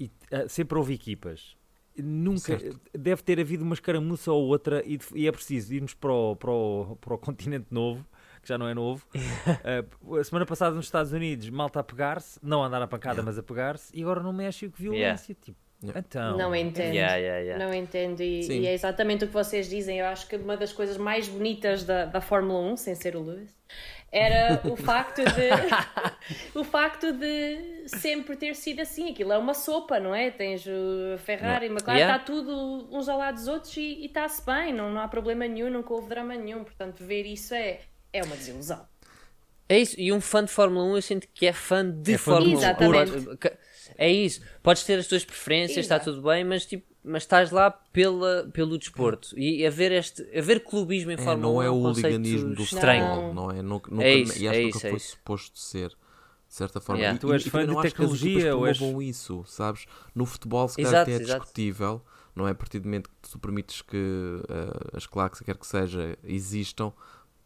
Speaker 3: e ah, sempre houve equipas. Nunca
Speaker 2: Certo.
Speaker 3: deve ter havido uma escaramuça ou outra, e, de- e é preciso irmos para o, para, o, para o continente novo, que já não é
Speaker 2: [laughs]
Speaker 3: novo. Ah, a semana passada nos Estados Unidos, malta a pegar-se, não a andar a pancada, mas a pegar-se, e agora no México, violência. Tipo,
Speaker 2: Yeah.
Speaker 3: então,
Speaker 1: Não entendo.
Speaker 4: Yeah, yeah, yeah.
Speaker 1: Não entendo. E,
Speaker 2: Sim.
Speaker 1: e é exatamente o que vocês dizem. Eu acho que uma das coisas mais bonitas da, da Fórmula 1, sem ser o Lewis, era o facto de o facto de sempre ter sido assim. Aquilo é uma sopa, não é? Tens o Ferrari, McLaren,
Speaker 4: Yeah.
Speaker 1: está tudo uns ao lado dos outros e e está-se bem. Não, não há problema nenhum, nunca houve drama nenhum. Portanto, ver isso é, é uma desilusão.
Speaker 4: É isso, e um fã de Fórmula 1 eu sinto que é fã de
Speaker 3: É fã
Speaker 4: Fórmula 1.
Speaker 1: de Exatamente.
Speaker 4: Pode- É isso, podes ter as tuas preferências, está
Speaker 1: Exato.
Speaker 4: tudo bem, mas tipo, mas estás lá pela, pelo desporto. E haver, este, haver clubismo em
Speaker 2: É,
Speaker 4: Fórmula 1
Speaker 2: não é
Speaker 4: é
Speaker 2: o
Speaker 4: um conceito
Speaker 2: hooliganismo do
Speaker 4: estranho.
Speaker 2: futebol, não é? Nunca, nunca,
Speaker 4: É isso,
Speaker 2: e acho
Speaker 4: é
Speaker 2: que
Speaker 4: isso,
Speaker 2: nunca
Speaker 4: é
Speaker 2: foi
Speaker 4: isso.
Speaker 2: suposto ser, de certa forma.
Speaker 4: Yeah.
Speaker 2: E-
Speaker 3: Tu és
Speaker 2: e- e
Speaker 3: fã
Speaker 2: também
Speaker 3: de
Speaker 2: não acho que as equipas
Speaker 3: tecnologia, ou és-
Speaker 2: promovam isso, sabes? No futebol, se
Speaker 4: Exato,
Speaker 2: calhar até é
Speaker 4: exato.
Speaker 2: discutível. não é? A partir do momento que tu permites que eh, as claques, quer que seja, existam,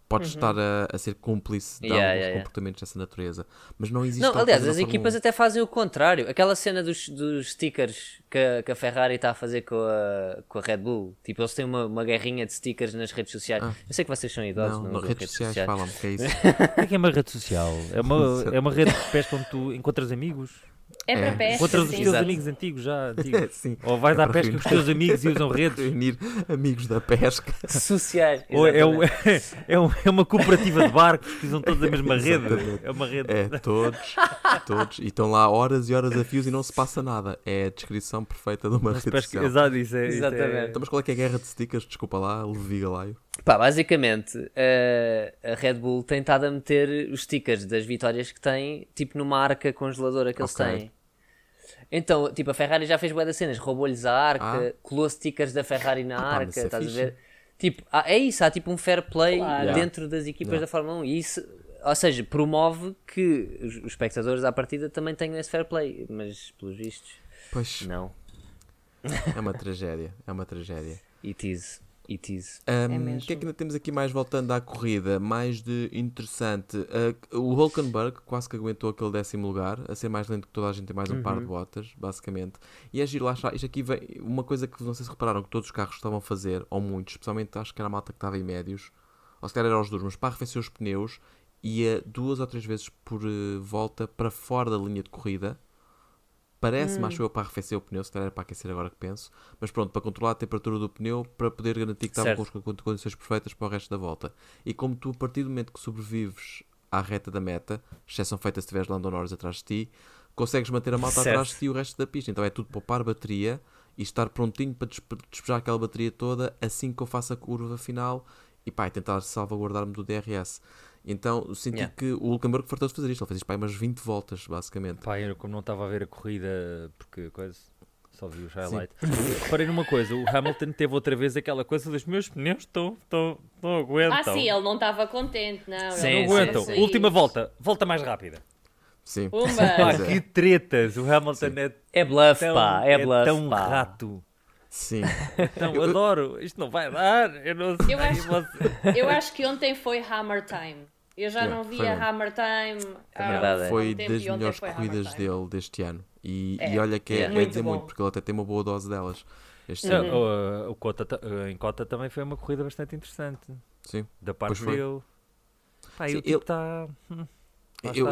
Speaker 2: podes estar a, a ser cúmplice de
Speaker 4: Uhum. Yeah,
Speaker 2: alguns
Speaker 4: yeah, yeah.
Speaker 2: comportamentos dessa natureza. Mas não existe.
Speaker 4: Não,
Speaker 2: tal
Speaker 4: aliás,
Speaker 2: coisa
Speaker 4: as
Speaker 2: na Fórmula
Speaker 4: equipas
Speaker 2: 1.
Speaker 4: até fazem o contrário. Aquela cena dos, dos stickers que, a- que a Ferrari está a fazer com a, com a Red Bull. Tipo, eles têm uma, uma guerrinha de stickers nas redes sociais. Eu sei que vocês são idosos,
Speaker 2: Ah. Não,
Speaker 4: não,
Speaker 2: não,
Speaker 4: usam
Speaker 2: redes sociais, falam que é isso.
Speaker 3: O
Speaker 2: [laughs]
Speaker 3: que é que é uma rede social? É uma, é uma rede de pesca onde tu encontras amigos?
Speaker 1: É para pesca,
Speaker 3: Encontras os
Speaker 1: sim.
Speaker 3: teus
Speaker 4: Exato.
Speaker 3: amigos antigos já?
Speaker 2: [laughs]
Speaker 3: Antigos.
Speaker 2: Sim.
Speaker 3: Ou vais
Speaker 2: É
Speaker 3: à
Speaker 2: para
Speaker 3: pesca com os teus amigos e usam redes?
Speaker 2: Reunir amigos da pesca.
Speaker 4: [laughs] Sociais.
Speaker 3: Ou é,
Speaker 4: exatamente.
Speaker 3: um- [laughs] é um- é uma cooperativa de barcos que usam todos a
Speaker 4: [laughs]
Speaker 3: mesma rede?
Speaker 2: Exatamente.
Speaker 3: É uma rede.
Speaker 2: É, todos, todos. E estão lá horas e horas a fios e não se passa nada. É a descrição perfeita de uma rede
Speaker 3: Pesca-
Speaker 2: social.
Speaker 3: Exato, isso é. isso é-
Speaker 4: Exatamente.
Speaker 2: Então, mas qual é que é a guerra de stickers? Desculpa lá, Levi Galaio.
Speaker 4: Pá, basicamente, eh, a Red Bull tem estado a meter os stickers das vitórias que tem, tipo numa arca congeladora que eles
Speaker 2: Ok.
Speaker 4: têm. Então, tipo, a Ferrari já fez bué das cenas, roubou-lhes a arca,
Speaker 2: Ah.
Speaker 4: colou stickers da Ferrari na
Speaker 2: Ah, pá, mas
Speaker 4: arca,
Speaker 2: isso é
Speaker 4: estás
Speaker 2: fixe.
Speaker 4: a ver? Tipo, há- é isso, há tipo um fair play
Speaker 1: Claro.
Speaker 2: Yeah.
Speaker 4: dentro das equipas da Fórmula 1 e isso, ou seja, promove que os, os espectadores à partida também tenham esse fair play, mas pelos vistos,
Speaker 2: Pois,
Speaker 4: não.
Speaker 2: é uma tragédia. É uma tragédia.
Speaker 4: It is, it is.
Speaker 2: Ahm, O
Speaker 1: mesmo.
Speaker 2: que é que ainda temos aqui mais voltando à corrida? Mais de interessante. Ah, o Hulkenberg quase que aguentou aquele décimo lugar, a ser mais lento que toda a gente tem mais um par de botas, basicamente. E é giro lá está. Isto aqui vem uma coisa que não sei se repararam que todos os carros estavam a fazer, ou muitos, especialmente acho que era a malta que estava em médios, ou se calhar eram os dois, mas para arrefecer os pneus, ia duas ou três vezes por eh, volta para fora da linha de corrida. Parece-me, acho eu, para arrefecer o pneu, se calhar era para aquecer agora que penso. Mas pronto, para controlar a temperatura do pneu, para poder garantir que estava
Speaker 4: Certo.
Speaker 2: com as con- con- condições perfeitas para o resto da volta. E como tu, a partir do momento que sobrevives à reta da meta, exceção feita se tiveres Lando Norris atrás de ti, consegues manter a malta
Speaker 4: Certo.
Speaker 2: atrás de ti e o resto da pista. Então é tudo poupar bateria e estar prontinho para despe- despejar aquela bateria toda assim que eu faço a curva final e pá, e tentar salvaguardar-me do DRS. Então senti
Speaker 4: Yeah.
Speaker 2: que o Hulkenberg fartou-se de fazer isto. Ele fez isto pá, aí umas 20 voltas, basicamente.
Speaker 3: Pá, eu como não estava a ver a corrida, porque coisa, só vi os highlights. [laughs] Reparei numa coisa, o Hamilton teve outra vez aquela coisa dos meus pneus estão, estão, não aguentam.
Speaker 1: Ah, sim, ele não estava contente, não.
Speaker 4: Então. Sim,
Speaker 1: ele
Speaker 3: Não
Speaker 1: não
Speaker 3: aguentam.
Speaker 1: fez isso.
Speaker 3: Última volta, volta mais rápida.
Speaker 2: Sim.
Speaker 4: Oh.
Speaker 3: Pá,
Speaker 1: Pumba!
Speaker 2: é.
Speaker 3: que tretas, o Hamilton é
Speaker 4: É bluff,
Speaker 3: tão,
Speaker 4: pá, é, bluff,
Speaker 3: tão
Speaker 4: pá.
Speaker 3: rato.
Speaker 2: Sim.
Speaker 3: Tão, Então, adoro, isto não vai dar, eu não sei.
Speaker 1: Eu acho-
Speaker 3: você-
Speaker 1: Eu acho que ontem foi Hammer Time. Eu já
Speaker 2: É,
Speaker 1: não
Speaker 2: foi
Speaker 1: via
Speaker 2: mesmo.
Speaker 1: Hammer Time. ah, há
Speaker 4: verdade, é.
Speaker 1: algum
Speaker 2: foi
Speaker 1: tempo,
Speaker 2: das
Speaker 1: e ontem
Speaker 2: melhores
Speaker 1: foi Hammer
Speaker 2: corridas
Speaker 1: Time.
Speaker 2: dele deste ano. E,
Speaker 1: É.
Speaker 2: e olha que é,
Speaker 4: Yeah.
Speaker 2: é
Speaker 1: Muito
Speaker 2: dizer
Speaker 1: bom.
Speaker 2: muito, porque ele até tem uma boa dose delas. Este
Speaker 3: Não,
Speaker 2: ano.
Speaker 3: o- o Cota, ta- em Cota também foi uma corrida bastante interessante,
Speaker 2: Sim.
Speaker 3: da
Speaker 2: Pois
Speaker 3: parte
Speaker 2: foi.
Speaker 3: dele. Pá, e
Speaker 2: Sim,
Speaker 3: o tipo
Speaker 2: ele-
Speaker 3: está... Lá
Speaker 2: Eu-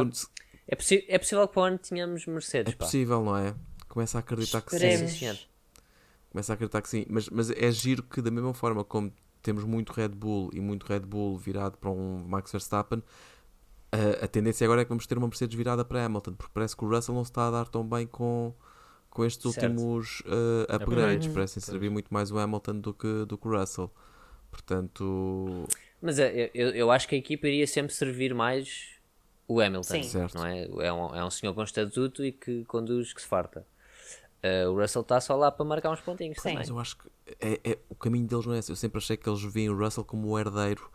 Speaker 4: É, possi- é possível que para o ano tenhamos Mercedes,
Speaker 2: é
Speaker 4: pá.
Speaker 2: possível, não é? Começa a acreditar que sim.
Speaker 1: Esperemos.
Speaker 4: Sim, sim, senhor.
Speaker 2: Começa a acreditar que sim. Mas, mas é giro que, da mesma forma como temos muito Red Bull e muito Red Bull virado para um Max Verstappen, a, a tendência agora é que vamos ter uma Mercedes virada para Hamilton, porque parece que o Russell não se está a dar tão bem com, com estes
Speaker 4: Certo.
Speaker 2: últimos eh, upgrades.
Speaker 3: Upgrades.
Speaker 2: Parecem servir muito mais o Hamilton do que, do que o Russell. Portanto,
Speaker 4: Mas é, eu, eu acho que a equipa iria sempre servir mais o Hamilton.
Speaker 1: Sim.
Speaker 2: Certo.
Speaker 4: Não é? É, um, é um senhor com estatuto e que conduz que se farta. Ah, o Russell está só lá para marcar uns pontinhos
Speaker 1: Sim.
Speaker 4: também.
Speaker 2: Mas eu acho que é, é- o caminho deles não é esse. Eu sempre achei que eles viam o Russell como o herdeiro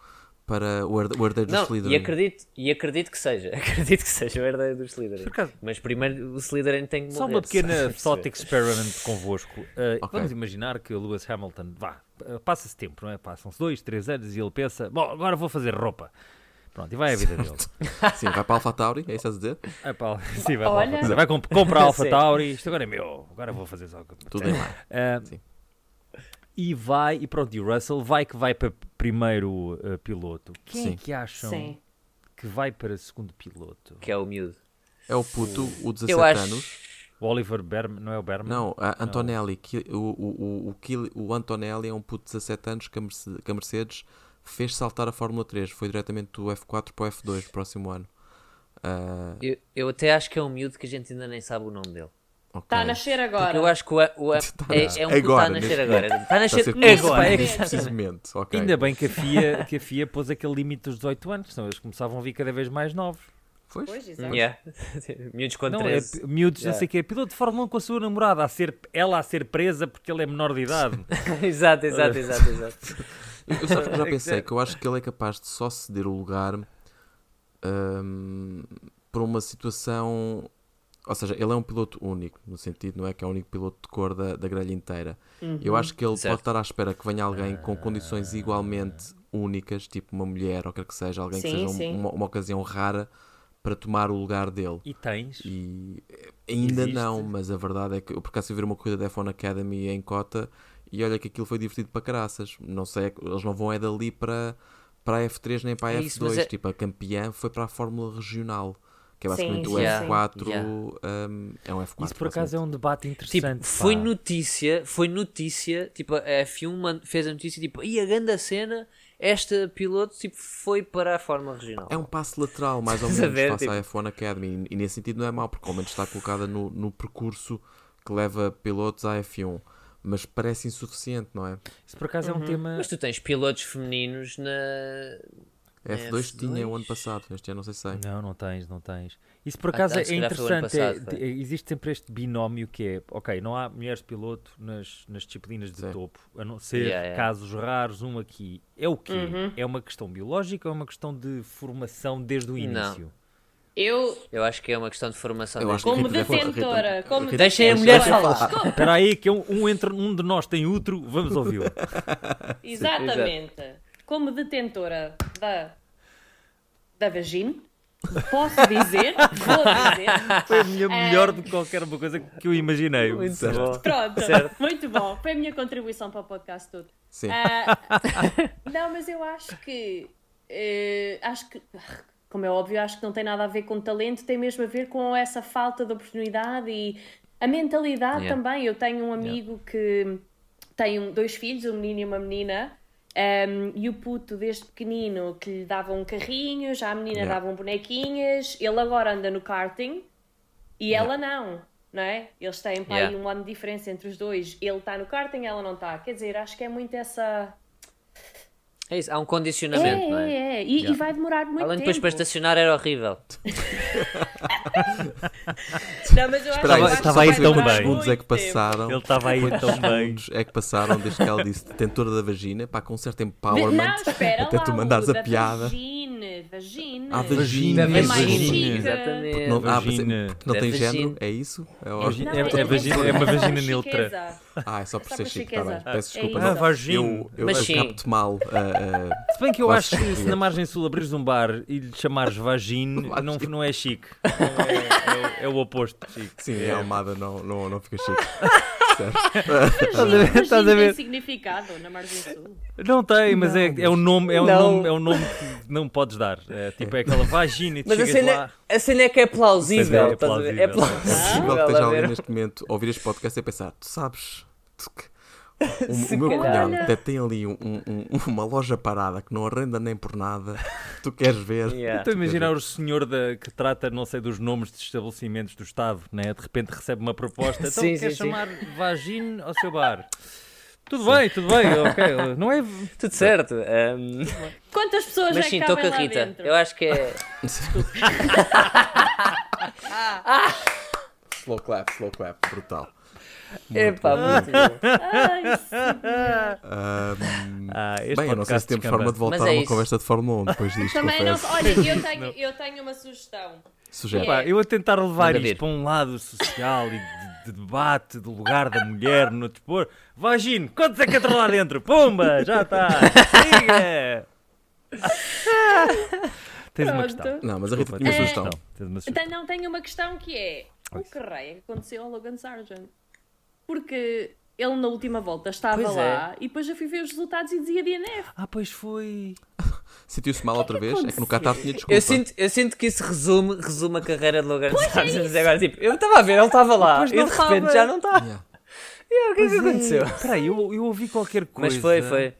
Speaker 2: para o herde- o herdeiro dos
Speaker 4: Não,
Speaker 2: líderes.
Speaker 4: e acredito, e acredito que seja. [laughs] Acredito que seja o herdeiro dos Slytherin.
Speaker 3: acaso-
Speaker 4: Mas primeiro o Slytherin tem que morrer.
Speaker 3: Só uma
Speaker 4: [laughs]
Speaker 3: pequena
Speaker 4: só para
Speaker 3: thought experiment convosco. Uh,
Speaker 2: Ok.
Speaker 3: Vamos imaginar que o Lewis Hamilton, vá, uh, passa-se tempo, não é? Passam-se dois, três anos e ele pensa, bom, agora vou fazer roupa. Pronto, e vai a
Speaker 2: [laughs]
Speaker 3: vida dele.
Speaker 2: Sim, vai para a Alpha Tauri, é isso a dizer?
Speaker 3: É pá, [laughs] sim, vai,
Speaker 1: Olha.
Speaker 3: Olha... vai comp compra a Alpha
Speaker 4: Sim.
Speaker 3: Tauri, isto agora é meu, agora vou fazer só o que eu
Speaker 2: Tudo
Speaker 3: quero.
Speaker 2: em lá.
Speaker 3: Ah,
Speaker 2: Sim.
Speaker 3: e vai, e pronto, e o Russell vai que vai para primeiro uh, piloto. Quem
Speaker 2: Sim.
Speaker 3: é que acham
Speaker 1: Sim.
Speaker 3: que vai para segundo piloto?
Speaker 4: Que é o miúdo.
Speaker 2: É o puto, o 17
Speaker 4: Eu acho.
Speaker 2: anos.
Speaker 3: O Oliver Berman, não é o Berman?
Speaker 2: Não, a Antonelli, que- o, o, o, o, Kili- o Antonelli é um puto de 17 anos que a, Merce- que a Mercedes fez saltar a Fórmula 3. Foi diretamente do F4 para o F2 no próximo ano. Ah,
Speaker 4: Eu, eu até acho que é um miúdo que a gente ainda nem sabe o nome dele.
Speaker 2: ok. Tá
Speaker 1: Está Tá a nascer
Speaker 4: Porque eu
Speaker 1: agora.
Speaker 4: acho que o, o- é,
Speaker 2: [laughs]
Speaker 4: é um que está
Speaker 2: Agora,
Speaker 4: a nascer
Speaker 2: neste
Speaker 4: agora. Está a
Speaker 2: Está a ser
Speaker 4: nascer
Speaker 2: conhecido
Speaker 4: agora.
Speaker 2: neste preciso momento. ok.
Speaker 3: Ainda bem que a, FIA, que a FIA pôs aquele limite dos 18 anos, senão eles começavam a vir cada vez mais novos.
Speaker 2: Pois?
Speaker 1: Pois, exato.
Speaker 4: Yeah. [laughs] Miúdos com
Speaker 3: Não, é
Speaker 4: 13.
Speaker 3: p- miúdos, não
Speaker 4: Yeah.
Speaker 3: sei o quê, piloto de Fórmula 1 com a sua namorada, a ser, ela a ser presa porque ele é menor de idade.
Speaker 4: [laughs] exato,
Speaker 2: [laughs]
Speaker 4: exato, exato, exato.
Speaker 2: Eu só já pensei que eu acho que ele é capaz de só ceder o lugar hum, por uma situação Ou seja, ele é um piloto único, no sentido, não é que é o único piloto de cor da, da grelha inteira. Eu acho que ele
Speaker 4: Certo.
Speaker 2: pode estar à espera que venha alguém com condições igualmente únicas, tipo uma mulher ou quer que seja, alguém
Speaker 1: Sim,
Speaker 2: que seja um-
Speaker 1: sim.
Speaker 2: uma, uma ocasião rara para tomar o lugar dele.
Speaker 3: E tens.
Speaker 2: E eh, ainda
Speaker 3: Existe.
Speaker 2: não, mas a verdade é que eu por acaso fui ver uma corrida da F1 Academy em cota e olha que aquilo foi divertido para caraças. Não sei, é que eles não vão é dali para, para a F3 nem para a
Speaker 4: É
Speaker 2: F2.
Speaker 4: isso, mas é-
Speaker 2: Tipo, a campeã foi para a Fórmula Regional, que é
Speaker 1: Sim,
Speaker 2: basicamente
Speaker 1: sim,
Speaker 2: o
Speaker 1: sim.
Speaker 2: F4.
Speaker 4: Yeah.
Speaker 2: um, é um F4.
Speaker 3: Isso por acaso é um debate
Speaker 4: Tipo,
Speaker 3: interessante.
Speaker 4: foi
Speaker 3: pá.
Speaker 4: notícia, foi notícia, tipo, a F1 man- fez a notícia, tipo, e a grande cena, esta piloto, tipo, foi para a forma regional.
Speaker 2: É um
Speaker 3: [laughs]
Speaker 2: passo lateral, mais ou
Speaker 4: Estás a
Speaker 2: menos,
Speaker 4: ver,
Speaker 2: face
Speaker 4: tipo-
Speaker 2: à F1 Academy. E, e nesse sentido não é mau, porque ao menos está colocada no, no percurso que leva pilotos à F1. Mas parece insuficiente, não é?
Speaker 3: Isso por acaso é um tema.
Speaker 4: Mas tu tens pilotos femininos na... É
Speaker 2: A F2,
Speaker 4: F2.
Speaker 2: tinha o ano passado, este ano não sei se é. tem.
Speaker 3: Não, não tens, não tens. Isso por
Speaker 4: Ah,
Speaker 3: acaso
Speaker 4: tá,
Speaker 3: é
Speaker 4: se calhar foi o ano
Speaker 3: interessante. é-
Speaker 4: passado, foi.
Speaker 3: é- existe sempre este binómio que é, ok, não há mulheres piloto nas, nas disciplinas de
Speaker 2: Sim.
Speaker 3: topo, a não ser
Speaker 4: Yeah, yeah.
Speaker 3: casos raros, um aqui. É o quê? É uma questão biológica ou é uma questão de formação desde o início?
Speaker 1: Eu,
Speaker 4: Eu acho que é uma questão de formação. É
Speaker 2: Eu
Speaker 4: da-
Speaker 2: acho que
Speaker 1: como
Speaker 2: Rita deve-
Speaker 1: detentora,
Speaker 2: Rita-
Speaker 1: como
Speaker 2: Rita-
Speaker 4: Deixem a
Speaker 2: Deixa-
Speaker 4: mulher
Speaker 2: deixa
Speaker 4: falar.
Speaker 3: Espera aí, que um, um entre, um de nós tem outro, vamos ouvi-lo.
Speaker 1: Exatamente. Como detentora da, da vagina, posso dizer, vou dizer.
Speaker 3: [laughs] Foi a minha melhor do que qualquer uma coisa que eu imaginei.
Speaker 2: Certo.
Speaker 4: bom.
Speaker 1: Pronto, muito bom. Foi a minha contribuição para o podcast todo.
Speaker 2: Sim.
Speaker 1: Ah, não, mas eu acho que. eh, acho que. Como é óbvio, acho que não tem nada a ver com talento, tem mesmo a ver com essa falta de oportunidade e a mentalidade
Speaker 4: Yeah.
Speaker 1: também. Eu tenho um amigo que tem um- dois filhos, um menino e uma menina. ehm, e o puto desde pequenino que lhe um davam carrinhos, à menina
Speaker 2: Yeah.
Speaker 1: davam bonequinhas, ele agora anda no karting e ela não, não é? Eles têm pá,
Speaker 4: Yeah.
Speaker 1: aí um ano de diferença entre os dois. Ele está no karting, ela não está. Quer dizer, acho que é muito essa.
Speaker 4: É isso, há um
Speaker 1: É,
Speaker 4: condicionamento, não é?
Speaker 1: é, é. E, e vai demorar muito
Speaker 4: Além de
Speaker 1: tempo.
Speaker 4: depois para estacionar era horrível.
Speaker 1: Não, mas eu acho,
Speaker 2: Espera aí,
Speaker 1: eu
Speaker 3: Estava-
Speaker 1: acho
Speaker 3: estava
Speaker 1: que
Speaker 3: aí
Speaker 1: vai
Speaker 3: tão
Speaker 1: demorar
Speaker 2: quantos
Speaker 3: bem.
Speaker 2: segundos
Speaker 1: muito
Speaker 2: é que passaram?
Speaker 3: Ele estava aí
Speaker 2: quantos
Speaker 3: tão bem.
Speaker 2: segundos é que passaram desde que ela disse detentora da vagina, pá, com certo
Speaker 1: tempo.
Speaker 2: empowerment,
Speaker 1: Não, espera
Speaker 2: até
Speaker 1: lá,
Speaker 2: tu
Speaker 1: o
Speaker 2: mandares
Speaker 1: da
Speaker 2: a piada.
Speaker 1: Vagine, vagine.
Speaker 2: Ah,
Speaker 3: Vagina.
Speaker 2: vagina.
Speaker 3: É mais
Speaker 1: chique.
Speaker 4: Exatamente.
Speaker 2: Não, ah,
Speaker 3: Vagina.
Speaker 2: mas é- porque não
Speaker 4: Da
Speaker 2: tem
Speaker 4: vagina.
Speaker 2: género, é isso? É ótimo.
Speaker 3: Vagina. é- é vagina- é uma
Speaker 1: só por
Speaker 3: vagina
Speaker 1: chiqueza.
Speaker 3: [laughs]
Speaker 2: Ah, é só por
Speaker 1: Só
Speaker 2: ser
Speaker 1: por
Speaker 2: chique, tá bem.
Speaker 1: chiqueza.
Speaker 2: Peço
Speaker 1: É
Speaker 2: desculpa.
Speaker 1: isso.
Speaker 2: não.
Speaker 3: Ah, vagina.
Speaker 2: Eu, eu,
Speaker 4: Mas
Speaker 2: eu
Speaker 4: sim.
Speaker 2: capto mal. ah, ah,
Speaker 3: Se bem que eu
Speaker 2: Lá
Speaker 3: acho
Speaker 2: se
Speaker 3: que se
Speaker 2: escreveu.
Speaker 3: na margem sul abrires um bar e lhe chamares [laughs] vagine, não, não é chique. Não é, é o- é o oposto de chique.
Speaker 2: sim, a Almada não, não, não fica chique.
Speaker 1: Vagina
Speaker 3: Estás a ver?
Speaker 1: tem significado na margem sul.
Speaker 3: Não tem, mas é, é um nome, é um
Speaker 4: Não.
Speaker 3: nome, é um nome que não podes dar. É, tipo, é aquela vagina e tu
Speaker 4: Mas a
Speaker 3: chegas
Speaker 4: cena,
Speaker 3: lá.
Speaker 4: a cena é que é plausível.
Speaker 3: É
Speaker 4: estás a ver? É
Speaker 3: plausível.
Speaker 2: É possível
Speaker 4: plausível.
Speaker 2: que esteja
Speaker 4: a
Speaker 2: alguém
Speaker 4: ver.
Speaker 2: neste momento a ouvir este podcast e a pensar, tu sabes, tu que- o, o
Speaker 4: Se
Speaker 2: meu
Speaker 4: calhar.
Speaker 2: cunhado até tem ali um- um- um- uma loja parada que não arrenda nem por nada, tu queres ver?
Speaker 4: Yeah.
Speaker 3: Estou a imaginar o senhor da, que trata, não sei, dos nomes de estabelecimentos do Estado, né? de repente recebe uma proposta. Então
Speaker 4: Sim,
Speaker 3: quer
Speaker 4: sim, sim.
Speaker 3: chamar vagine ao seu bar? Tudo bem, tudo bem, ok. Não é.
Speaker 4: Tudo certo. ahm,
Speaker 1: Quantas pessoas
Speaker 4: mas
Speaker 1: é
Speaker 4: sim,
Speaker 1: que
Speaker 4: estou
Speaker 1: cabem
Speaker 4: com a
Speaker 1: lá
Speaker 4: Rita.
Speaker 1: dentro?
Speaker 4: Eu acho
Speaker 1: [laughs]
Speaker 4: que é.
Speaker 2: Slow clap, slow clap, brutal.
Speaker 4: É pá, muito bom.
Speaker 1: Ai,
Speaker 2: Ahm,
Speaker 3: Ah, este
Speaker 2: bem, eu não sei se
Speaker 3: podcast
Speaker 2: temos
Speaker 3: descamba.
Speaker 2: forma de voltar
Speaker 4: Mas é
Speaker 2: a uma
Speaker 4: isso.
Speaker 2: conversa de Fórmula 1 depois disto,
Speaker 1: Também não.
Speaker 2: confesso.
Speaker 1: Olha,
Speaker 3: [laughs]
Speaker 1: eu tenho, eu tenho uma sugestão.
Speaker 2: Sugere.
Speaker 3: Pá, eu a tentar levar
Speaker 4: É. Manda
Speaker 3: isto
Speaker 4: vir.
Speaker 3: para um lado social e de, de debate do lugar da mulher no dispor. Vagino, quantos é que entra lá dentro? Pumba, já está. Siga! [laughs] Tens uma
Speaker 1: Pronto.
Speaker 3: questão.
Speaker 2: Não, mas a
Speaker 4: É.
Speaker 2: Rita
Speaker 3: Desculpa, tens
Speaker 2: tinha uma
Speaker 3: uma
Speaker 2: sugestão.
Speaker 3: Tens uma sugestão.
Speaker 1: Então,
Speaker 4: Tipo,
Speaker 1: não tenho uma questão que é: o que raio é que aconteceu ao Logan Sargent? Porque ele na última volta estava
Speaker 4: Pois é.
Speaker 1: lá e depois eu fui ver os resultados e dizia DNF.
Speaker 3: Ah, pois foi.
Speaker 2: Sentiu-se mal outra vez? É que no
Speaker 1: aconteceu?
Speaker 2: Qatar tinha desculpa.
Speaker 4: Eu sinto, eu sinto que isso resume, resume a carreira de Logan Sargent. Agora, tipo, eu estava a ver, ele estava lá
Speaker 3: Pois
Speaker 4: e de
Speaker 3: não
Speaker 4: repente
Speaker 3: estava.
Speaker 4: já não tá. está.
Speaker 2: Yeah.
Speaker 4: Yeah, o que é que aconteceu?
Speaker 3: Espera aí, eu, eu ouvi qualquer coisa.
Speaker 4: Mas
Speaker 2: é.
Speaker 4: foi, foi.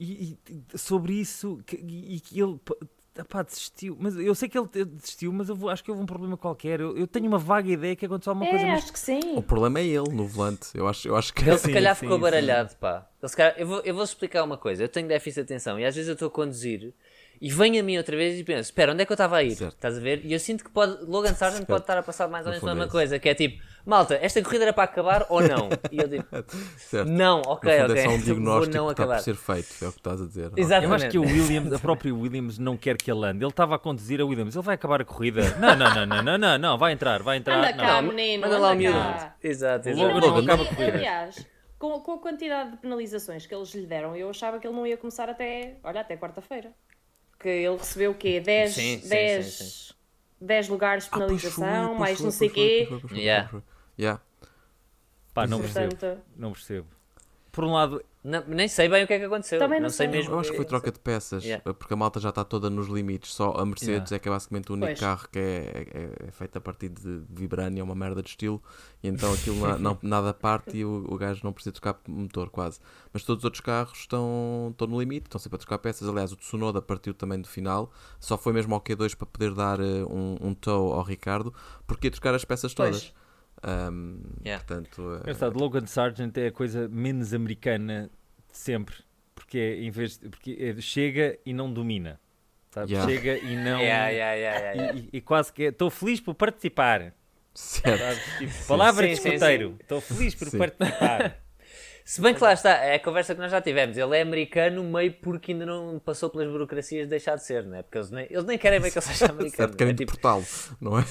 Speaker 3: E, e sobre isso, que- e e que ele pá, ah, pá, desistiu. Mas eu sei que ele desistiu, mas eu vou- acho que houve um problema qualquer. Eu, eu tenho uma vaga ideia que aconteceu alguma coisa,
Speaker 1: é,
Speaker 3: mas
Speaker 1: acho que sim.
Speaker 2: O problema é ele no volante. Eu acho, eu acho que é
Speaker 4: Ele se
Speaker 3: Sim,
Speaker 4: calhar
Speaker 3: sim,
Speaker 4: ficou
Speaker 3: sim.
Speaker 4: baralhado, pá. Ele se calhar- eu vou- eu vou-vos explicar uma coisa. Eu tenho déficit de atenção e às vezes eu estou a conduzir E vem a mim outra vez e penso, espera, onde é que eu estava a ir?
Speaker 2: Certo.
Speaker 4: Estás a ver? E eu sinto que pode, Logan Sargent pode estar a passar mais ou
Speaker 2: No
Speaker 4: menos a
Speaker 2: fundo é
Speaker 4: mesma
Speaker 2: isso.
Speaker 4: coisa, que é tipo, malta, esta corrida era para acabar ou não? E eu digo,
Speaker 2: [laughs] Certo.
Speaker 4: não,
Speaker 2: No
Speaker 4: ok,
Speaker 2: fundo
Speaker 4: ok, [laughs]
Speaker 2: é só um
Speaker 4: vou
Speaker 2: diagnóstico
Speaker 4: não
Speaker 2: que está
Speaker 4: acabar.
Speaker 2: por ser feito, é o que estás a dizer.
Speaker 3: Eu acho
Speaker 4: Exatamente.
Speaker 3: que o Williams, a própria Williams, não quer que ele ande. Ele estava a conduzir a Williams. Ele vai acabar a corrida. Não, não, não, não, não, não, não. Vai entrar, vai entrar.
Speaker 1: Anda
Speaker 3: não.
Speaker 1: cá,
Speaker 4: Ah,
Speaker 1: menino,
Speaker 4: manda lá o
Speaker 1: anda
Speaker 4: miúdo.
Speaker 1: cá.
Speaker 4: Exato,
Speaker 1: E
Speaker 3: E
Speaker 1: não,
Speaker 4: exato.
Speaker 3: Logo não
Speaker 1: e,
Speaker 3: acaba a corrida.
Speaker 1: Aliás, com, com a quantidade de penalizações que eles lhe deram, eu achava que ele não ia começar até, olha, até quarta-feira. Que ele recebeu o quê? 10,
Speaker 4: Sim, sim,
Speaker 1: 10,
Speaker 4: sim,
Speaker 1: 10 lugares de
Speaker 2: Ah, pois foi,
Speaker 1: penalização,
Speaker 2: pois
Speaker 1: mais
Speaker 2: foi,
Speaker 1: não sei
Speaker 2: pois foi,
Speaker 1: quê.
Speaker 2: pois foi, pois foi,
Speaker 4: Yeah.
Speaker 2: pois foi. Yeah.
Speaker 3: Pá, não percebo.
Speaker 1: Portanto,
Speaker 3: Não percebo. Por um lado,
Speaker 4: Não- nem sei bem o que é que aconteceu.
Speaker 1: Também não
Speaker 4: sei,
Speaker 1: sei.
Speaker 4: mesmo.
Speaker 2: Eu acho que foi troca de peças, eh,
Speaker 4: Yeah.
Speaker 2: porque a malta já está toda nos limites. Só a Mercedes
Speaker 3: Yeah.
Speaker 2: é que é basicamente o único
Speaker 1: Pois.
Speaker 2: carro que é, é- é feito a partir de vibrânio, é uma merda de estilo, e então aquilo
Speaker 1: [laughs]
Speaker 2: na- não- nada parte e o, o gajo não precisa trocar motor quase. Mas todos os outros carros estão, estão no limite, estão sempre a trocar peças. Aliás, o Tsunoda partiu também do final, só foi mesmo ao Q2 para poder dar eh, um, um tow ao Ricardo, porque ia trocar as peças todas.
Speaker 1: Pois.
Speaker 2: Ahm,
Speaker 4: Yeah.
Speaker 2: Portanto, eh,
Speaker 4: [laughs]
Speaker 3: Engraçado, Logan Sargent é a coisa menos americana de sempre, porque é, em vez de- porque é, chega e não domina. sabe?
Speaker 2: Yeah.
Speaker 3: Chega e
Speaker 2: é um
Speaker 3: não.
Speaker 4: [laughs] Yeah, yeah, yeah, yeah, yeah.
Speaker 3: E, e- e quase que é, estou feliz por participar.
Speaker 2: certo.
Speaker 3: sabe? Tipo, palavra de
Speaker 4: Sim, sim,
Speaker 3: escoteiro. Estou feliz por
Speaker 2: Sim.
Speaker 3: participar.
Speaker 4: Se bem que lá está, é a conversa que nós já tivemos. Ele é americano meio porque ainda não passou pelas burocracias de deixar de ser, não é? Porque eles nem, eles nem querem ver que ele seja americano.
Speaker 2: Certo,
Speaker 4: não é?
Speaker 2: querem
Speaker 4: Tipo,
Speaker 2: deportá-lo,
Speaker 4: [laughs]
Speaker 2: não é?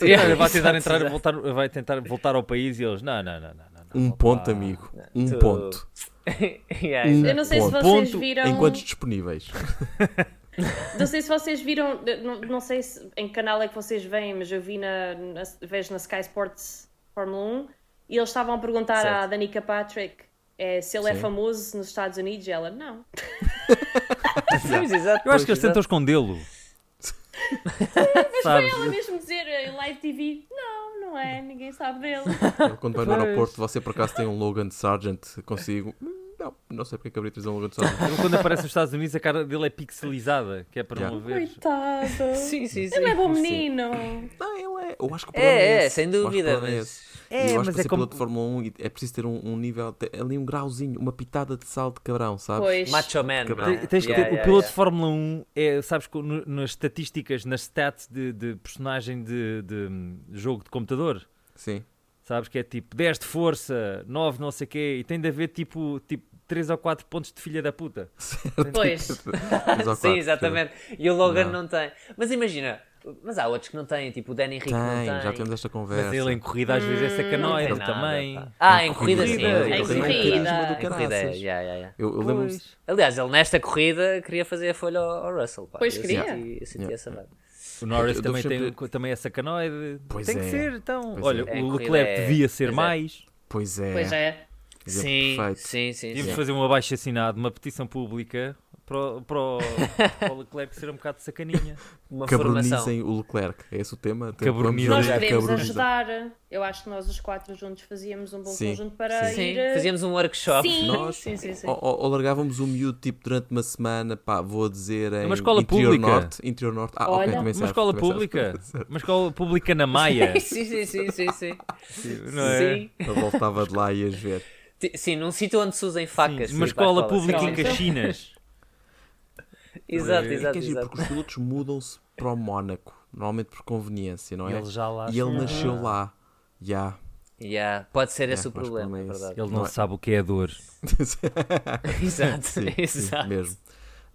Speaker 4: Yeah,
Speaker 3: Ele vai tentar
Speaker 4: exato,
Speaker 3: entrar,
Speaker 4: exato.
Speaker 3: voltar, vai tentar voltar ao país e eles, não, não, não, não, não. não,
Speaker 2: Um
Speaker 3: opa."
Speaker 2: ponto, amigo. Um
Speaker 4: tu-
Speaker 2: ponto.
Speaker 4: [laughs] Yeah,
Speaker 2: Um
Speaker 4: exato.
Speaker 1: eu não sei se
Speaker 2: ponto.
Speaker 1: vocês
Speaker 3: Ponto
Speaker 1: viram.
Speaker 2: Enquanto disponíveis.
Speaker 1: Não sei se vocês viram, não, não sei se, em que canal é que vocês veem, mas eu vi na, na, vejo na Sky Sports Fórmula 1 e eles estavam a perguntar
Speaker 4: Certo.
Speaker 1: à Danica Patrick eh, se ele é
Speaker 2: Sim.
Speaker 1: famoso nos Estados Unidos e ela, não.
Speaker 4: Pois, exato,
Speaker 3: Eu acho que
Speaker 4: pois,
Speaker 3: eles tentam
Speaker 4: [laughs]
Speaker 3: escondê-lo. Sabes?
Speaker 1: Ela mesmo dizer eh, em live TV, não, não é, ninguém sabe dele.
Speaker 2: Quando vai no
Speaker 3: Pois.
Speaker 2: aeroporto, você por acaso tem um Logan Sargent consigo. Hum, Não, não sei porque é que abri trazer um Logan
Speaker 4: [laughs]
Speaker 2: Sargent.
Speaker 3: Ele, Quando aparece nos Estados Unidos, a cara dele é pixelizada, que é para
Speaker 2: Yeah.
Speaker 3: não
Speaker 1: [laughs]
Speaker 3: ver.
Speaker 1: Coitado.
Speaker 4: exato. Sim, sim, sim.
Speaker 1: Ele é bom
Speaker 2: sim.
Speaker 1: menino.
Speaker 2: Não, ele é. Eu acho que o problema é,
Speaker 4: É, é,
Speaker 2: esse.
Speaker 4: sem
Speaker 2: Eu acho que o
Speaker 4: dúvida,
Speaker 2: problema é
Speaker 4: mas.
Speaker 2: esse.
Speaker 3: É,
Speaker 2: E eu acho
Speaker 3: mas
Speaker 2: que para
Speaker 3: é
Speaker 2: ser
Speaker 3: como-
Speaker 2: piloto de Fórmula 1 e- é preciso ter um, um nível, te- ali um grauzinho, uma pitada de sal de cabrão, sabes?
Speaker 1: Pois.
Speaker 4: Macho Man. não é?
Speaker 3: Tem- tens que-
Speaker 4: Yeah,
Speaker 3: o
Speaker 4: yeah,
Speaker 3: piloto de
Speaker 4: yeah.
Speaker 3: Fórmula 1 é, sabes, que no- nas estatísticas, nas stats de, de personagem de, de, hum, jogo de computador,
Speaker 2: Sim.
Speaker 3: sabes que é tipo 10 de força, 9 não sei quê, e tem de haver tipo, tipo 3 ou 4 pontos de filha da puta.
Speaker 1: Pois.
Speaker 2: Três ou
Speaker 4: Sim,
Speaker 2: quatro,
Speaker 4: exatamente. E o Logan
Speaker 2: Não.
Speaker 4: não. tem. Mas imagina, mas há outros que não têm, tipo o Danny Rick
Speaker 2: Tem,
Speaker 4: não tem.
Speaker 2: já temos esta conversa.
Speaker 3: Mas ele em corrida às vezes é
Speaker 4: Hum, Não
Speaker 3: sacanoide,
Speaker 4: tem
Speaker 3: ele
Speaker 4: nada,
Speaker 3: também.
Speaker 4: pá. Ah, em corrida,
Speaker 2: corrida,
Speaker 4: sim.
Speaker 2: em
Speaker 4: em
Speaker 1: corrida,
Speaker 4: corrida,
Speaker 1: em corrida.
Speaker 4: Em corrida, é,
Speaker 2: caraças.
Speaker 4: yeah, yeah, yeah.
Speaker 2: Eu, eu lembro-me.
Speaker 3: Pois.
Speaker 4: Aliás, ele nesta corrida queria fazer a folha ao, ao Russell. Pá.
Speaker 1: Pois
Speaker 4: eu
Speaker 1: queria.
Speaker 4: Senti, eu senti
Speaker 2: Yeah.
Speaker 4: essa vibe.
Speaker 3: O Norris
Speaker 2: Eu dou
Speaker 3: também, tem,
Speaker 2: sempre-
Speaker 3: também é sacanoide.
Speaker 2: Pois
Speaker 3: tem que
Speaker 2: é.
Speaker 3: ser, então.
Speaker 2: Pois
Speaker 3: Olha,
Speaker 2: é.
Speaker 4: É,
Speaker 3: o
Speaker 4: corrida
Speaker 3: Leclerc
Speaker 4: é-
Speaker 3: devia ser
Speaker 4: pois é.
Speaker 3: mais.
Speaker 2: Pois é.
Speaker 1: Pois é.
Speaker 2: exemplo
Speaker 4: Sim,
Speaker 2: perfeito.
Speaker 4: sim, sim.
Speaker 2: É.
Speaker 3: Devíamos
Speaker 4: sim.
Speaker 3: fazer um abaixo assinado, uma petição pública para, o- para, o, para o Leclerc ser um bocado de
Speaker 2: [laughs]
Speaker 3: sacaninha.
Speaker 4: Uma formação.
Speaker 2: Cabronizem o Leclerc. É esse o tema? Tem-
Speaker 3: Cabronizem.
Speaker 2: vamos
Speaker 1: Nós
Speaker 2: ali a
Speaker 1: podemos
Speaker 2: cabronizar.
Speaker 1: ajudar. Eu acho que nós os quatro juntos fazíamos um bom
Speaker 2: Sim,
Speaker 1: conjunto para
Speaker 4: Sim,
Speaker 1: ir. eh,
Speaker 4: fazíamos um workshop.
Speaker 1: Sim.
Speaker 2: Nós
Speaker 1: sim, sim, sim.
Speaker 2: Ou, ou- ou largávamos o miúdo tipo durante uma semana, pá, vou dizer em
Speaker 1: É
Speaker 3: Numa escola
Speaker 2: interior
Speaker 3: pública.
Speaker 2: norte, interior norte. Ah, ok,
Speaker 1: Olha.
Speaker 2: também
Speaker 3: Uma
Speaker 2: serve,
Speaker 3: escola
Speaker 2: também serve.
Speaker 3: pública. Uma escola pública na
Speaker 2: [laughs]
Speaker 3: Maia.
Speaker 4: Sim, sim, sim, sim, sim.
Speaker 3: [laughs] Não é?
Speaker 4: Sim.
Speaker 2: Eu voltava de lá e ias ver.
Speaker 4: Ti- Sim, num sítio onde se usem
Speaker 3: Uma
Speaker 4: facas. sim, para a
Speaker 3: escola pública
Speaker 1: sim.
Speaker 3: em
Speaker 1: Então-
Speaker 2: [laughs]
Speaker 3: Caxinas.
Speaker 4: Exato,
Speaker 3: É que
Speaker 2: É que
Speaker 4: exato,
Speaker 2: é giro,
Speaker 4: exato.
Speaker 2: porque os pilotos mudam-se para o Mónaco, normalmente por conveniência, não é?
Speaker 3: Ele já lá
Speaker 2: e ele
Speaker 3: está.
Speaker 2: nasceu lá. Já.
Speaker 4: Yeah, pode ser esse o
Speaker 2: Yeah, acho que
Speaker 4: problema, é
Speaker 2: também é
Speaker 4: verdade.
Speaker 3: Ele não
Speaker 2: Não é?
Speaker 3: sabe o que é a dor.
Speaker 4: [laughs] Exato,
Speaker 2: Sim,
Speaker 4: exato. Ah.
Speaker 2: Sim, mesmo.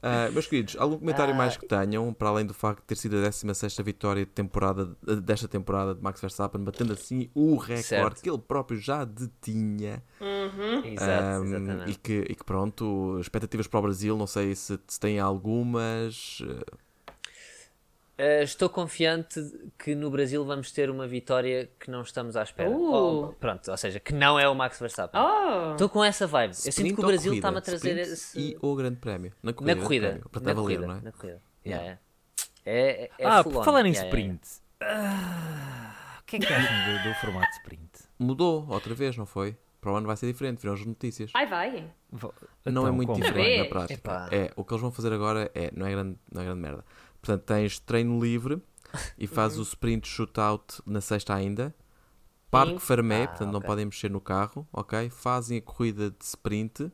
Speaker 2: Ah, meus queridos, algum comentário mais que tenham, para além do facto de ter sido a 16 vitória de temporada, desta temporada de Max Verstappen, batendo assim o recorde
Speaker 4: Certo.
Speaker 2: que ele próprio já detinha?
Speaker 4: Exato,
Speaker 2: Um,
Speaker 4: exatamente.
Speaker 2: e, que, e que pronto, expectativas para o Brasil, não sei se, se têm algumas. eh,
Speaker 4: Uh, estou confiante que no Brasil vamos ter uma vitória que não estamos à espera.
Speaker 1: Uh.
Speaker 4: Ou- pronto, ou seja, que não é o Max Verstappen.
Speaker 1: Oh!
Speaker 4: Estou com essa vibe. Eu sinto
Speaker 2: sprint
Speaker 4: que o
Speaker 2: ou
Speaker 4: Brasil
Speaker 2: corrida?
Speaker 4: está-me a trazer
Speaker 2: Sprint
Speaker 4: esse...
Speaker 2: E o Grande Prémio. Na corrida.
Speaker 4: na corrida.
Speaker 2: Prémio, para
Speaker 4: na,
Speaker 2: valer,
Speaker 4: corrida
Speaker 2: não é?
Speaker 4: na corrida. Yeah, É, é, é
Speaker 3: ah,
Speaker 4: full on.
Speaker 3: por falar em
Speaker 4: Yeah, yeah,
Speaker 3: sprint. Ah, O que é que
Speaker 2: [laughs]
Speaker 3: acham do, do formato de sprint?
Speaker 2: Mudou outra vez, não foi? Para o ano vai ser diferente, viram as notícias.
Speaker 1: Ai vai!
Speaker 3: Vo-
Speaker 2: não
Speaker 3: Então,
Speaker 2: é muito
Speaker 3: como?
Speaker 2: diferente na
Speaker 1: Outra vez?
Speaker 2: prática.
Speaker 4: Epá.
Speaker 2: É, o que eles vão fazer agora é, não é grande, não é grande merda. Portanto, tens
Speaker 1: [laughs]
Speaker 2: treino livre e fazes
Speaker 1: Uhum.
Speaker 2: o sprint shootout na sexta ainda. Parque
Speaker 1: Ah,
Speaker 2: Fermé, portanto não podem mexer no carro, ok? Fazem a corrida de sprint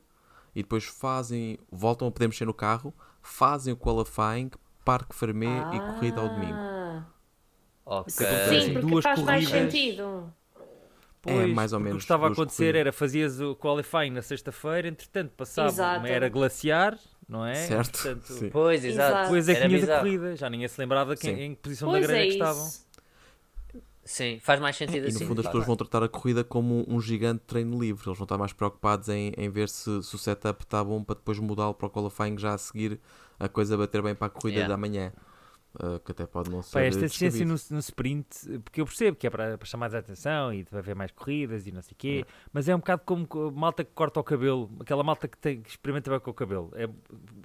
Speaker 2: e depois fazem, voltam a poder mexer no carro, fazem o qualifying Parque Fermé e corrida ao domingo.
Speaker 1: Ah.
Speaker 4: Ok.
Speaker 3: acontece?
Speaker 1: Sim, porque
Speaker 3: Duas
Speaker 1: faz mais
Speaker 3: corridas.
Speaker 1: sentido.
Speaker 2: É, mais ou
Speaker 3: porque O
Speaker 2: menos,
Speaker 3: que estava a
Speaker 2: duas
Speaker 3: acontecer
Speaker 2: corridas.
Speaker 3: era fazias o qualifying na sexta-feira, entretanto passava
Speaker 1: Exato.
Speaker 3: uma era glaciar, não
Speaker 1: Ah.
Speaker 3: é?
Speaker 2: Certo?
Speaker 3: Entretanto,
Speaker 2: Sim.
Speaker 4: Pois,
Speaker 1: Exato.
Speaker 4: exato.
Speaker 3: Depois é que
Speaker 4: Era
Speaker 3: tinha da
Speaker 4: bizarro.
Speaker 3: corrida, já ninguém se lembrava quem-
Speaker 2: Sim.
Speaker 3: em que posição da
Speaker 1: Pois
Speaker 3: grelha
Speaker 1: é
Speaker 3: que estavam.
Speaker 1: isso.
Speaker 4: Sim, faz mais sentido
Speaker 2: E
Speaker 4: assim.
Speaker 2: no fundo as
Speaker 4: Faz mais.
Speaker 2: pessoas vão tratar a corrida como um gigante treino livre. Eles vão estar mais preocupados em, em ver se, se o setup está bom para depois mudá-lo para o qualifying já a seguir a coisa bater bem para a corrida
Speaker 4: Yeah.
Speaker 2: da manhã. Ah, que até pode não ser.
Speaker 3: Pá, esta eficiência
Speaker 2: descabido.
Speaker 3: no, no sprint, porque eu percebo que é para, para chamar mais a atenção e vai haver mais corridas e não sei o quê, mas é um bocado como co- malta que corta o cabelo, aquela malta que, tem- que experimenta bem com o cabelo. É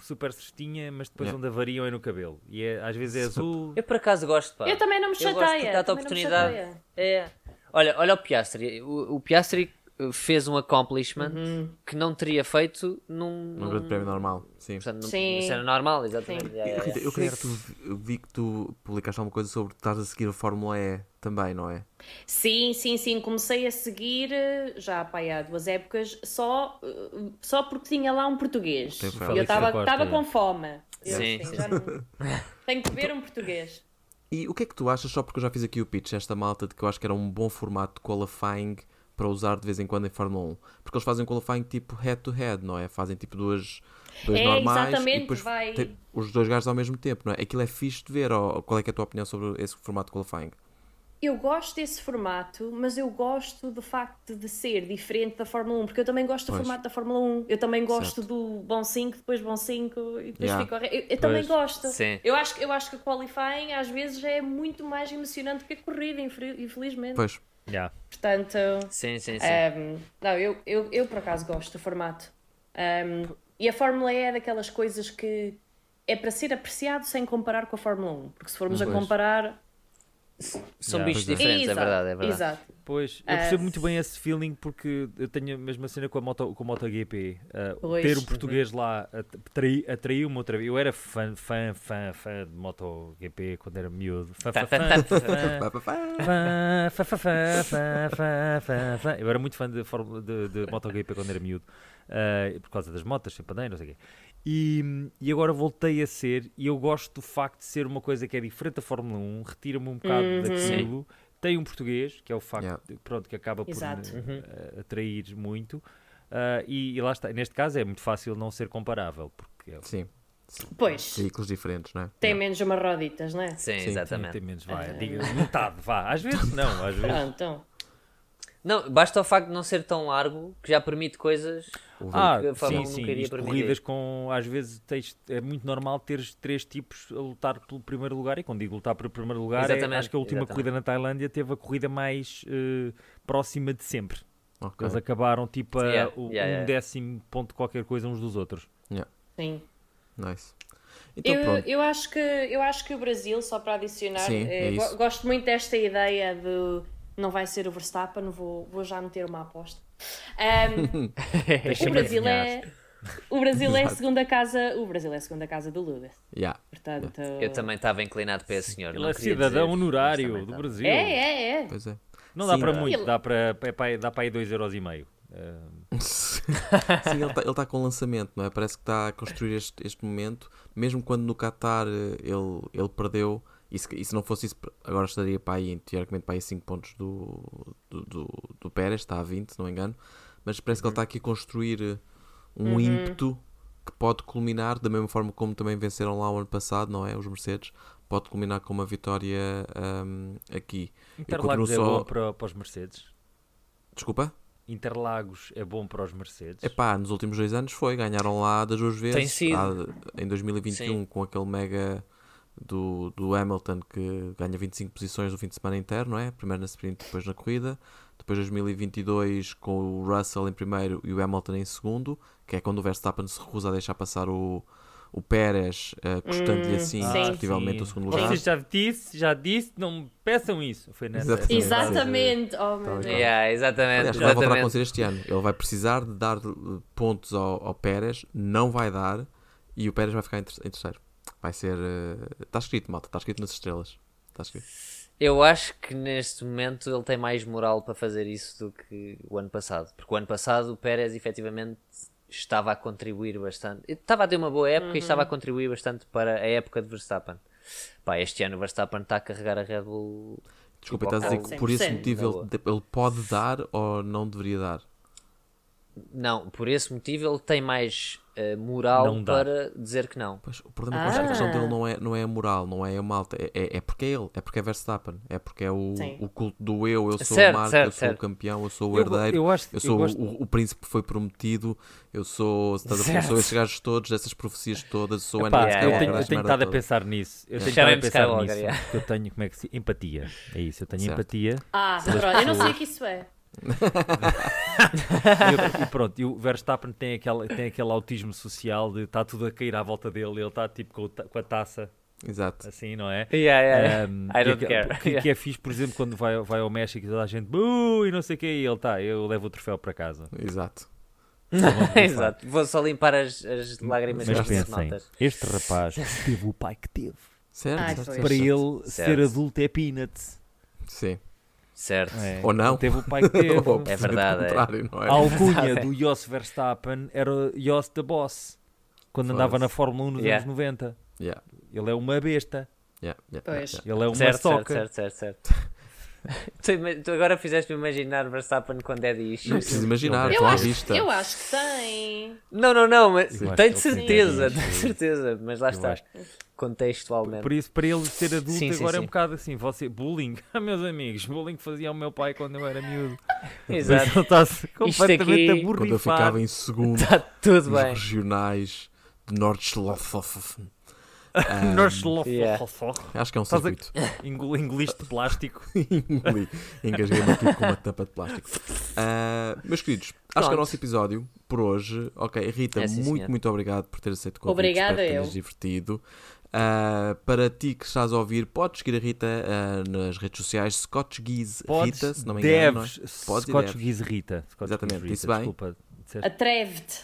Speaker 3: super certinha, mas depois
Speaker 2: Yeah.
Speaker 3: onde avariam é no cabelo. E é- às vezes é azul.
Speaker 4: Eu por acaso gosto, pá.
Speaker 1: Eu também não me
Speaker 4: Tá. Eu gosto
Speaker 1: chateia.
Speaker 4: de dar-te a
Speaker 1: também não me
Speaker 4: oportunidade.
Speaker 1: chateia. É.
Speaker 4: Olha, olha o Piastri. O, o Piastri eh, fez um accomplishment
Speaker 1: Uhum.
Speaker 4: que não teria feito num.
Speaker 2: Um
Speaker 4: num-
Speaker 2: grande prémio normal. Sim.
Speaker 4: Portanto, num-
Speaker 1: Sim.
Speaker 4: Isso era normal, exatamente.
Speaker 1: Sim.
Speaker 4: Yeah, yeah,
Speaker 2: Rita,
Speaker 4: yeah.
Speaker 2: eu creio que tu vi- vi que tu publicaste alguma coisa sobre que estás a seguir a Fórmula E também, não é?
Speaker 1: Sim, sim, sim. Comecei a seguir eh, já pá, aí há duas épocas só, eh, só porque tinha lá um português.
Speaker 2: Tem
Speaker 1: E
Speaker 2: fome.
Speaker 1: eu
Speaker 3: Félix da
Speaker 1: estava
Speaker 3: Costa,
Speaker 1: estava
Speaker 3: é.
Speaker 1: com fome. Eu,
Speaker 4: Sim,
Speaker 1: assim,
Speaker 4: sim. [laughs]
Speaker 1: já não- Tenho que ver um português.
Speaker 2: E o que é que tu achas, só porque eu já fiz aqui o pitch, esta malta, de que eu acho que era um bom formato de qualifying para usar de vez em quando em Fórmula 1? Porque eles fazem qualifying tipo head-to-head, não é? Fazem tipo duas, dois
Speaker 1: É,
Speaker 2: normais
Speaker 1: exatamente,
Speaker 2: e depois
Speaker 1: vai-
Speaker 2: tem os dois gajos ao mesmo tempo, não é? Aquilo é fixe de ver, ou qual é, que é a tua opinião sobre esse formato de qualifying?
Speaker 1: Eu gosto desse formato, mas eu gosto do facto de ser diferente da Fórmula 1, porque eu também gosto do
Speaker 2: Pois.
Speaker 1: formato da Fórmula 1. Eu também gosto
Speaker 2: Certo.
Speaker 1: do bom 5, depois bom 5 e depois
Speaker 2: Yeah.
Speaker 1: fico. ao re- Eu, eu também gosto.
Speaker 4: Sim.
Speaker 1: Eu acho, que- eu acho que o qualifying às vezes é muito mais emocionante que a corrida, infel- infelizmente.
Speaker 2: Pois,
Speaker 3: Yeah.
Speaker 1: Portanto.
Speaker 4: Sim, sim, sim.
Speaker 1: Um, não, eu, eu, eu por acaso gosto do formato. Um, e a Fórmula E é daquelas coisas que é para ser apreciado sem comparar com a Fórmula 1, porque se formos a
Speaker 2: Pois.
Speaker 1: comparar.
Speaker 4: São
Speaker 3: Yeah.
Speaker 4: bichos
Speaker 2: Pois é.
Speaker 4: diferentes, é verdade, é verdade.
Speaker 1: Exato.
Speaker 3: Pois, eu percebo muito bem esse feeling porque eu tenho a mesma cena com a, moto, com a MotoGP. ah,
Speaker 1: Pois.
Speaker 3: ter um português lá atrai- atraiu-me outra vez. Eu era fã, fã, fã, fã de MotoGP quando era miúdo. Fã, fã, fã, fã, fã, fã, fã, fã, fã, fã, fã, fã. Eu era muito fã de, Fórmula- de, de MotoGP quando era miúdo. ah, por causa das motas, sempre andei, não sei o quê. E, e agora voltei a ser, e eu gosto do facto de ser uma coisa que é diferente da Fórmula 1, retira-me um bocado
Speaker 4: Uhum.
Speaker 3: daquilo. Tem um português, que é o facto
Speaker 2: Yeah.
Speaker 3: de- pronto, que acaba por
Speaker 1: Exato.
Speaker 4: Uhum.
Speaker 3: eh, atrair muito. Ah, e, e lá está, neste caso é muito fácil não ser comparável, porque é-
Speaker 2: sim.
Speaker 1: Pois,
Speaker 2: Veículos diferentes, não é?
Speaker 1: tem menos umas roditas, não é?
Speaker 4: Sim,
Speaker 2: Sim,
Speaker 3: tem,
Speaker 4: exatamente.
Speaker 3: tem menos, vá, diga metade, vá. Às vezes não, às vezes.
Speaker 1: Ah, então.
Speaker 4: Não, basta o facto de não ser tão largo que já permite coisas.
Speaker 3: Ah,
Speaker 4: que a Fórmula
Speaker 3: sim,
Speaker 4: um
Speaker 3: sim,
Speaker 4: nunca iria
Speaker 3: isto,
Speaker 4: permitir.
Speaker 3: corridas com, às vezes tens- é muito normal teres três tipos a lutar pelo primeiro lugar, e quando digo lutar pelo primeiro lugar, é-
Speaker 4: Exatamente,
Speaker 3: acho que a última
Speaker 4: exatamente.
Speaker 3: corrida na Tailândia teve a corrida mais eh, próxima de sempre.
Speaker 2: Ok.
Speaker 3: Eles acabaram tipo a
Speaker 4: Uhum. Yeah,
Speaker 3: o-
Speaker 4: yeah,
Speaker 3: um
Speaker 4: yeah.
Speaker 3: décimo ponto qualquer coisa uns dos outros.
Speaker 2: Yeah,
Speaker 1: Sim.
Speaker 2: Nice. Então
Speaker 1: Eu,
Speaker 2: pronto.
Speaker 1: eu, acho que, eu acho que o Brasil, só para adicionar,
Speaker 2: Sim, é
Speaker 1: eh, go-
Speaker 2: isso.
Speaker 1: gosto muito desta ideia de não vai ser o Verstappen, vou, vou já meter uma aposta. Ahm, O
Speaker 2: [laughs]
Speaker 3: Deixa-me
Speaker 1: Brasil é.
Speaker 3: adivinhar.
Speaker 1: O Brasil é a
Speaker 2: Exato.
Speaker 1: segunda casa. O Brasil é a segunda casa do Lula.
Speaker 2: Yeah.
Speaker 1: Portanto.
Speaker 4: Eu também estava inclinado para esse senhor.
Speaker 3: Ele
Speaker 4: não
Speaker 3: é
Speaker 4: queria
Speaker 3: cidadão
Speaker 4: dizer, mas
Speaker 3: honorário
Speaker 4: também tá.
Speaker 3: do
Speaker 4: estava.
Speaker 3: Brasil.
Speaker 1: É, é, é.
Speaker 2: Pois é.
Speaker 3: Não dá
Speaker 2: Sim,
Speaker 3: para
Speaker 2: dá.
Speaker 3: muito,
Speaker 1: Ele-
Speaker 3: dá para, é para, dá para aí 2,5€. Uh,
Speaker 2: [laughs] Sim, ele está com lançamento, não é? Parece que está a construir este, este momento. Mesmo quando no Qatar eh, ele, ele perdeu, e se, e se não fosse isso, agora estaria para aí, teoricamente, para aí 5 pontos do, do, do, do Pérez, está a 20, se não me engano. Mas parece
Speaker 3: Uhum.
Speaker 2: que ele está aqui a construir eh, um ímpeto que pode culminar, da mesma forma como também venceram lá o ano passado, não é? Os Mercedes, pode culminar com uma vitória ahm, aqui. Eu continuo
Speaker 3: Interlagos é
Speaker 2: só.
Speaker 3: bom para, para os Mercedes.
Speaker 2: Desculpa?
Speaker 3: Interlagos é bom para os Mercedes.
Speaker 2: Epá, nos últimos dois anos foi, ganharam lá das duas vezes.
Speaker 4: Tem sido.
Speaker 2: Há- em 2021,
Speaker 4: Sim.
Speaker 2: com aquele mega do, do Hamilton que ganha 25 posições no fim de semana inteiro, não é? Primeiro na sprint, depois na corrida. Depois 2022 com o Russell em primeiro e o Hamilton em segundo, que é quando o Verstappen se recusa a deixar passar o, o Pérez, eh,
Speaker 4: Hum,
Speaker 2: custando-lhe assim,
Speaker 1: sim.
Speaker 2: respectivamente, o
Speaker 3: Ah, sim.
Speaker 2: segundo lugar.
Speaker 3: Vocês já disse, já disse, não me peçam isso. Foi nessa.
Speaker 1: Exatamente.
Speaker 2: Exatamente.
Speaker 1: Oh, meu
Speaker 2: Tá
Speaker 1: Deus.
Speaker 2: bem.
Speaker 4: Yeah, exatamente.
Speaker 2: Aliás, vai voltar a
Speaker 4: exatamente.
Speaker 2: acontecer este ano. Ele vai precisar de dar eh, pontos ao, ao Pérez, não vai dar, e o Pérez vai ficar em, ter- em terceiro. Vai ser. Está escrito, malta, está escrito nas estrelas. Está escrito.
Speaker 4: Eu acho que neste momento ele tem mais moral para fazer isso do que o ano passado. Porque o ano passado o Pérez efetivamente estava a contribuir bastante. Estava a ter uma boa época e estava a contribuir bastante para a época de Verstappen. Pá, este ano o Verstappen está a carregar a Red Bull.
Speaker 2: Desculpa,
Speaker 4: tipo,
Speaker 2: estás a
Speaker 4: ao
Speaker 2: dizer que por esse
Speaker 1: 100%.
Speaker 2: motivo ele, ele pode dar ou não deveria dar?
Speaker 4: colo. Não, por esse motivo ele tem mais eh, moral
Speaker 3: Não dá.
Speaker 4: para dizer que não.
Speaker 2: Pois, o problema é que eu acho que a
Speaker 1: Ah.
Speaker 2: questão dele não é, não é a moral, não é a malta, é, é, é porque é ele, é porque é Verstappen, é porque é o,
Speaker 1: Sim.
Speaker 2: o culto do eu, eu sou
Speaker 4: Certo,
Speaker 2: a marca,
Speaker 4: certo,
Speaker 2: eu sou
Speaker 4: certo.
Speaker 2: o campeão, eu sou o
Speaker 3: Eu-
Speaker 2: herdeiro, eu,
Speaker 3: eu acho-
Speaker 2: sou
Speaker 3: eu gosto-
Speaker 2: o, o príncipe que foi prometido, eu sou, estás a ver,
Speaker 3: Certo.
Speaker 2: sou esses gajos todos, essas profecias todas, sou o
Speaker 3: Pá,
Speaker 2: Anakin
Speaker 4: yeah,
Speaker 3: eu
Speaker 4: yeah,
Speaker 2: Skywalker,
Speaker 3: tenho, eu
Speaker 4: yeah.
Speaker 2: essa
Speaker 3: tenho
Speaker 2: merda
Speaker 3: estado a
Speaker 2: toda.
Speaker 3: pensar nisso.
Speaker 2: É.
Speaker 3: Eu tenho estado
Speaker 4: Sharon
Speaker 3: a pensar
Speaker 4: Skywalker,
Speaker 3: nisso.
Speaker 4: yeah.
Speaker 3: porque Eu tenho, como é que se Empatia. É isso, eu tenho
Speaker 2: Certo.
Speaker 4: [laughs]
Speaker 3: empatia.
Speaker 1: Ah, pronto, eu não sei o que isso é.
Speaker 3: E, eu- e pronto, e o Verstappen tem aquele, tem aquele autismo social de está tudo a cair à volta dele, ele está tipo com, o ta- com a taça,
Speaker 2: Exato.
Speaker 3: assim, não é?
Speaker 4: Yeah, yeah.
Speaker 3: Um,
Speaker 4: I don't
Speaker 3: que,
Speaker 4: care.
Speaker 3: Que,
Speaker 4: Yeah.
Speaker 3: que é fixe, por exemplo, quando vai, vai ao México e toda a gente "Buu", e não sei o que, e ele está, eu levo o troféu para
Speaker 4: [laughs]
Speaker 3: casa.
Speaker 2: Exato.
Speaker 4: Exato. Vou só limpar as, as lágrimas
Speaker 3: Mas
Speaker 4: das minhas
Speaker 3: pensem,
Speaker 4: notas.
Speaker 3: este rapaz teve o pai que teve.
Speaker 2: Certo,
Speaker 1: Ai,
Speaker 2: certo,
Speaker 1: foi.
Speaker 2: certo,
Speaker 3: Para
Speaker 2: certo.
Speaker 3: ele ser
Speaker 4: Certo.
Speaker 3: adulto é peanuts.
Speaker 2: Sim.
Speaker 4: Certo.
Speaker 3: [laughs] É.
Speaker 2: Ou não.
Speaker 3: Teve o pai que teve.
Speaker 2: [laughs] Ou ao
Speaker 4: verdade, é.
Speaker 2: contrário, não é?
Speaker 3: A alcunha do Jos Verstappen era Jos da Boss, quando andava
Speaker 2: Foda-se.
Speaker 3: na Fórmula 1 nos
Speaker 4: Yeah.
Speaker 3: anos 90.
Speaker 2: Yeah,
Speaker 3: Ele é uma besta,
Speaker 2: yeah, yeah, yeah,
Speaker 1: Pois.
Speaker 2: yeah.
Speaker 3: ele é uma
Speaker 4: Certo, certo,
Speaker 3: soca.
Speaker 4: certo, certo, certo. [laughs] tu, ima- tu agora fizeste-me imaginar Verstappen com Daddy
Speaker 2: Não
Speaker 4: Issues.
Speaker 2: preciso imaginar,
Speaker 1: Eu
Speaker 2: estou à
Speaker 1: acho,
Speaker 2: É vista.
Speaker 1: eu acho que tem.
Speaker 4: Não, não, não, mas
Speaker 3: Eu acho
Speaker 4: tenho de
Speaker 3: que é ele tem
Speaker 4: certeza,
Speaker 3: daddy
Speaker 4: tenho de certeza, mas lá está,
Speaker 3: acho
Speaker 4: contextualmente.
Speaker 3: Por isso, para ele ser adulto
Speaker 4: Sim, sim,
Speaker 3: agora é
Speaker 4: sim.
Speaker 3: um bocado assim, você, bullying, Ah, meus amigos, bullying que fazia ao meu pai quando eu era miúdo.
Speaker 4: Exato,
Speaker 3: Mas ele está-se
Speaker 4: aqui-
Speaker 3: completamente
Speaker 4: Quando eu
Speaker 3: aburrifado.
Speaker 2: Quando eu ficava em segundo
Speaker 4: está tudo
Speaker 2: nos
Speaker 4: bem.
Speaker 2: regionais de Nordschlosshofen.
Speaker 3: Norschloff,
Speaker 4: Yeah.
Speaker 2: Acho que é um
Speaker 3: Estás a-
Speaker 2: circuito. [laughs]
Speaker 3: engol- engoliste plástico.
Speaker 2: Engoli. Engasguei-me aqui com uma tampa de plástico. Ah, meus queridos, acho que é o
Speaker 4: Pronto.
Speaker 2: nosso episódio por hoje. Ok, Rita,
Speaker 4: É, sim,
Speaker 2: muito,
Speaker 4: senhor.
Speaker 2: muito obrigado por ter aceito o convite.
Speaker 1: Obrigada,
Speaker 2: Espero que
Speaker 1: eu.
Speaker 2: tenhas divertido. Ah, para ti que estás a ouvir, podes seguir a Rita ah, nas redes sociais Scotch Geese
Speaker 3: Podes,
Speaker 2: Rita, se não me engano.
Speaker 3: deves,
Speaker 2: não é? Podes e
Speaker 3: Scotch
Speaker 2: deves.
Speaker 3: Guise Rita. Scotch
Speaker 2: Exatamente,
Speaker 3: Guise
Speaker 2: disse
Speaker 3: Rita,
Speaker 2: bem. [laughs]
Speaker 3: Desculpa, disseste
Speaker 1: Atreve-te.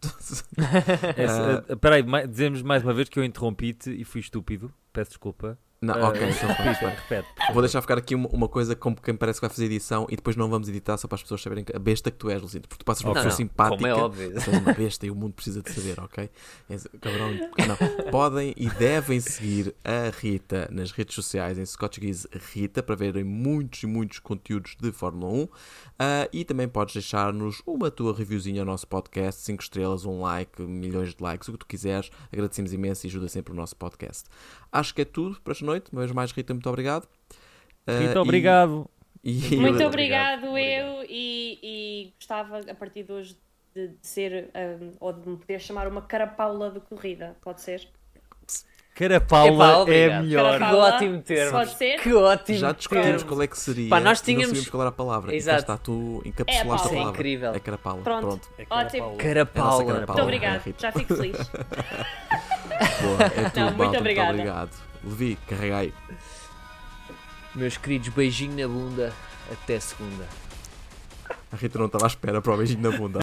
Speaker 2: Ah.
Speaker 3: Essa- eh, Peraí, mai- dizemos mais uma vez que eu interrompi-te e fui estúpido. Peço desculpa.
Speaker 2: Não,
Speaker 3: Eh,
Speaker 2: ok,
Speaker 3: [laughs] repete,
Speaker 2: então [laughs] pronto, bem.
Speaker 3: repete.
Speaker 2: Vou deixar ficar aqui uma, uma coisa como quem parece que vai fazer edição e depois não vamos editar só para as pessoas saberem que a besta que tu és, Lucinda, porque tu passas uma
Speaker 4: Não,
Speaker 2: pessoa
Speaker 4: não,
Speaker 2: simpática.
Speaker 4: como é óbvio.
Speaker 2: Tu és uma besta e o mundo precisa de saber, ok? És- Cabrão, não. Podem e devem seguir a Rita nas redes sociais em Scotch Geese Rita para verem muitos e muitos conteúdos de Fórmula 1 Ah, e também podes deixar-nos uma tua reviewzinha ao nosso podcast, 5 estrelas, um like, milhões de likes, o que tu quiseres. Agradecemos imenso e ajuda sempre o nosso podcast. Acho que é tudo para esta noite. Uma vez mais, Rita, muito obrigado. Ah,
Speaker 3: Rita,
Speaker 2: e-
Speaker 3: obrigado.
Speaker 2: e-
Speaker 1: Muito
Speaker 3: Obrigado,
Speaker 1: obrigado, eu,
Speaker 3: obrigado.
Speaker 1: E, e gostava a partir de hoje de, de ser, hum, ou de me poder chamar uma carapaula de corrida, pode ser?
Speaker 4: Epá,
Speaker 3: Carapaula é
Speaker 4: obrigado.
Speaker 3: melhor.
Speaker 4: Que
Speaker 1: Carapaula,
Speaker 4: ótimo termo.
Speaker 1: pode ser?
Speaker 4: Que ótimo
Speaker 2: Já discutimos
Speaker 4: termo.
Speaker 2: qual é que seria.
Speaker 4: Pá, nós
Speaker 2: e
Speaker 4: tínhamos-
Speaker 2: Não sabíamos qual era a palavra.
Speaker 4: Exato.
Speaker 2: E cá está, tu encapsulaste
Speaker 1: É,
Speaker 2: a
Speaker 1: Paulo.
Speaker 2: palavra.
Speaker 4: É incrível.
Speaker 2: É carapala.
Speaker 1: Pronto. [laughs]
Speaker 2: Pronto.
Speaker 1: Ótimo. Muito
Speaker 2: É a nossa
Speaker 4: Carapaula.
Speaker 2: carapaula.
Speaker 1: obrigado,
Speaker 2: Rita.
Speaker 1: já fico feliz.
Speaker 2: Boa. É tudo,
Speaker 1: muito
Speaker 2: malta. Muito
Speaker 1: obrigada.
Speaker 2: obrigado. Levi, carrega aí.
Speaker 4: Meus queridos, beijinho na bunda. Até segunda.
Speaker 2: A Rita não estava à espera para o beijinho na bunda.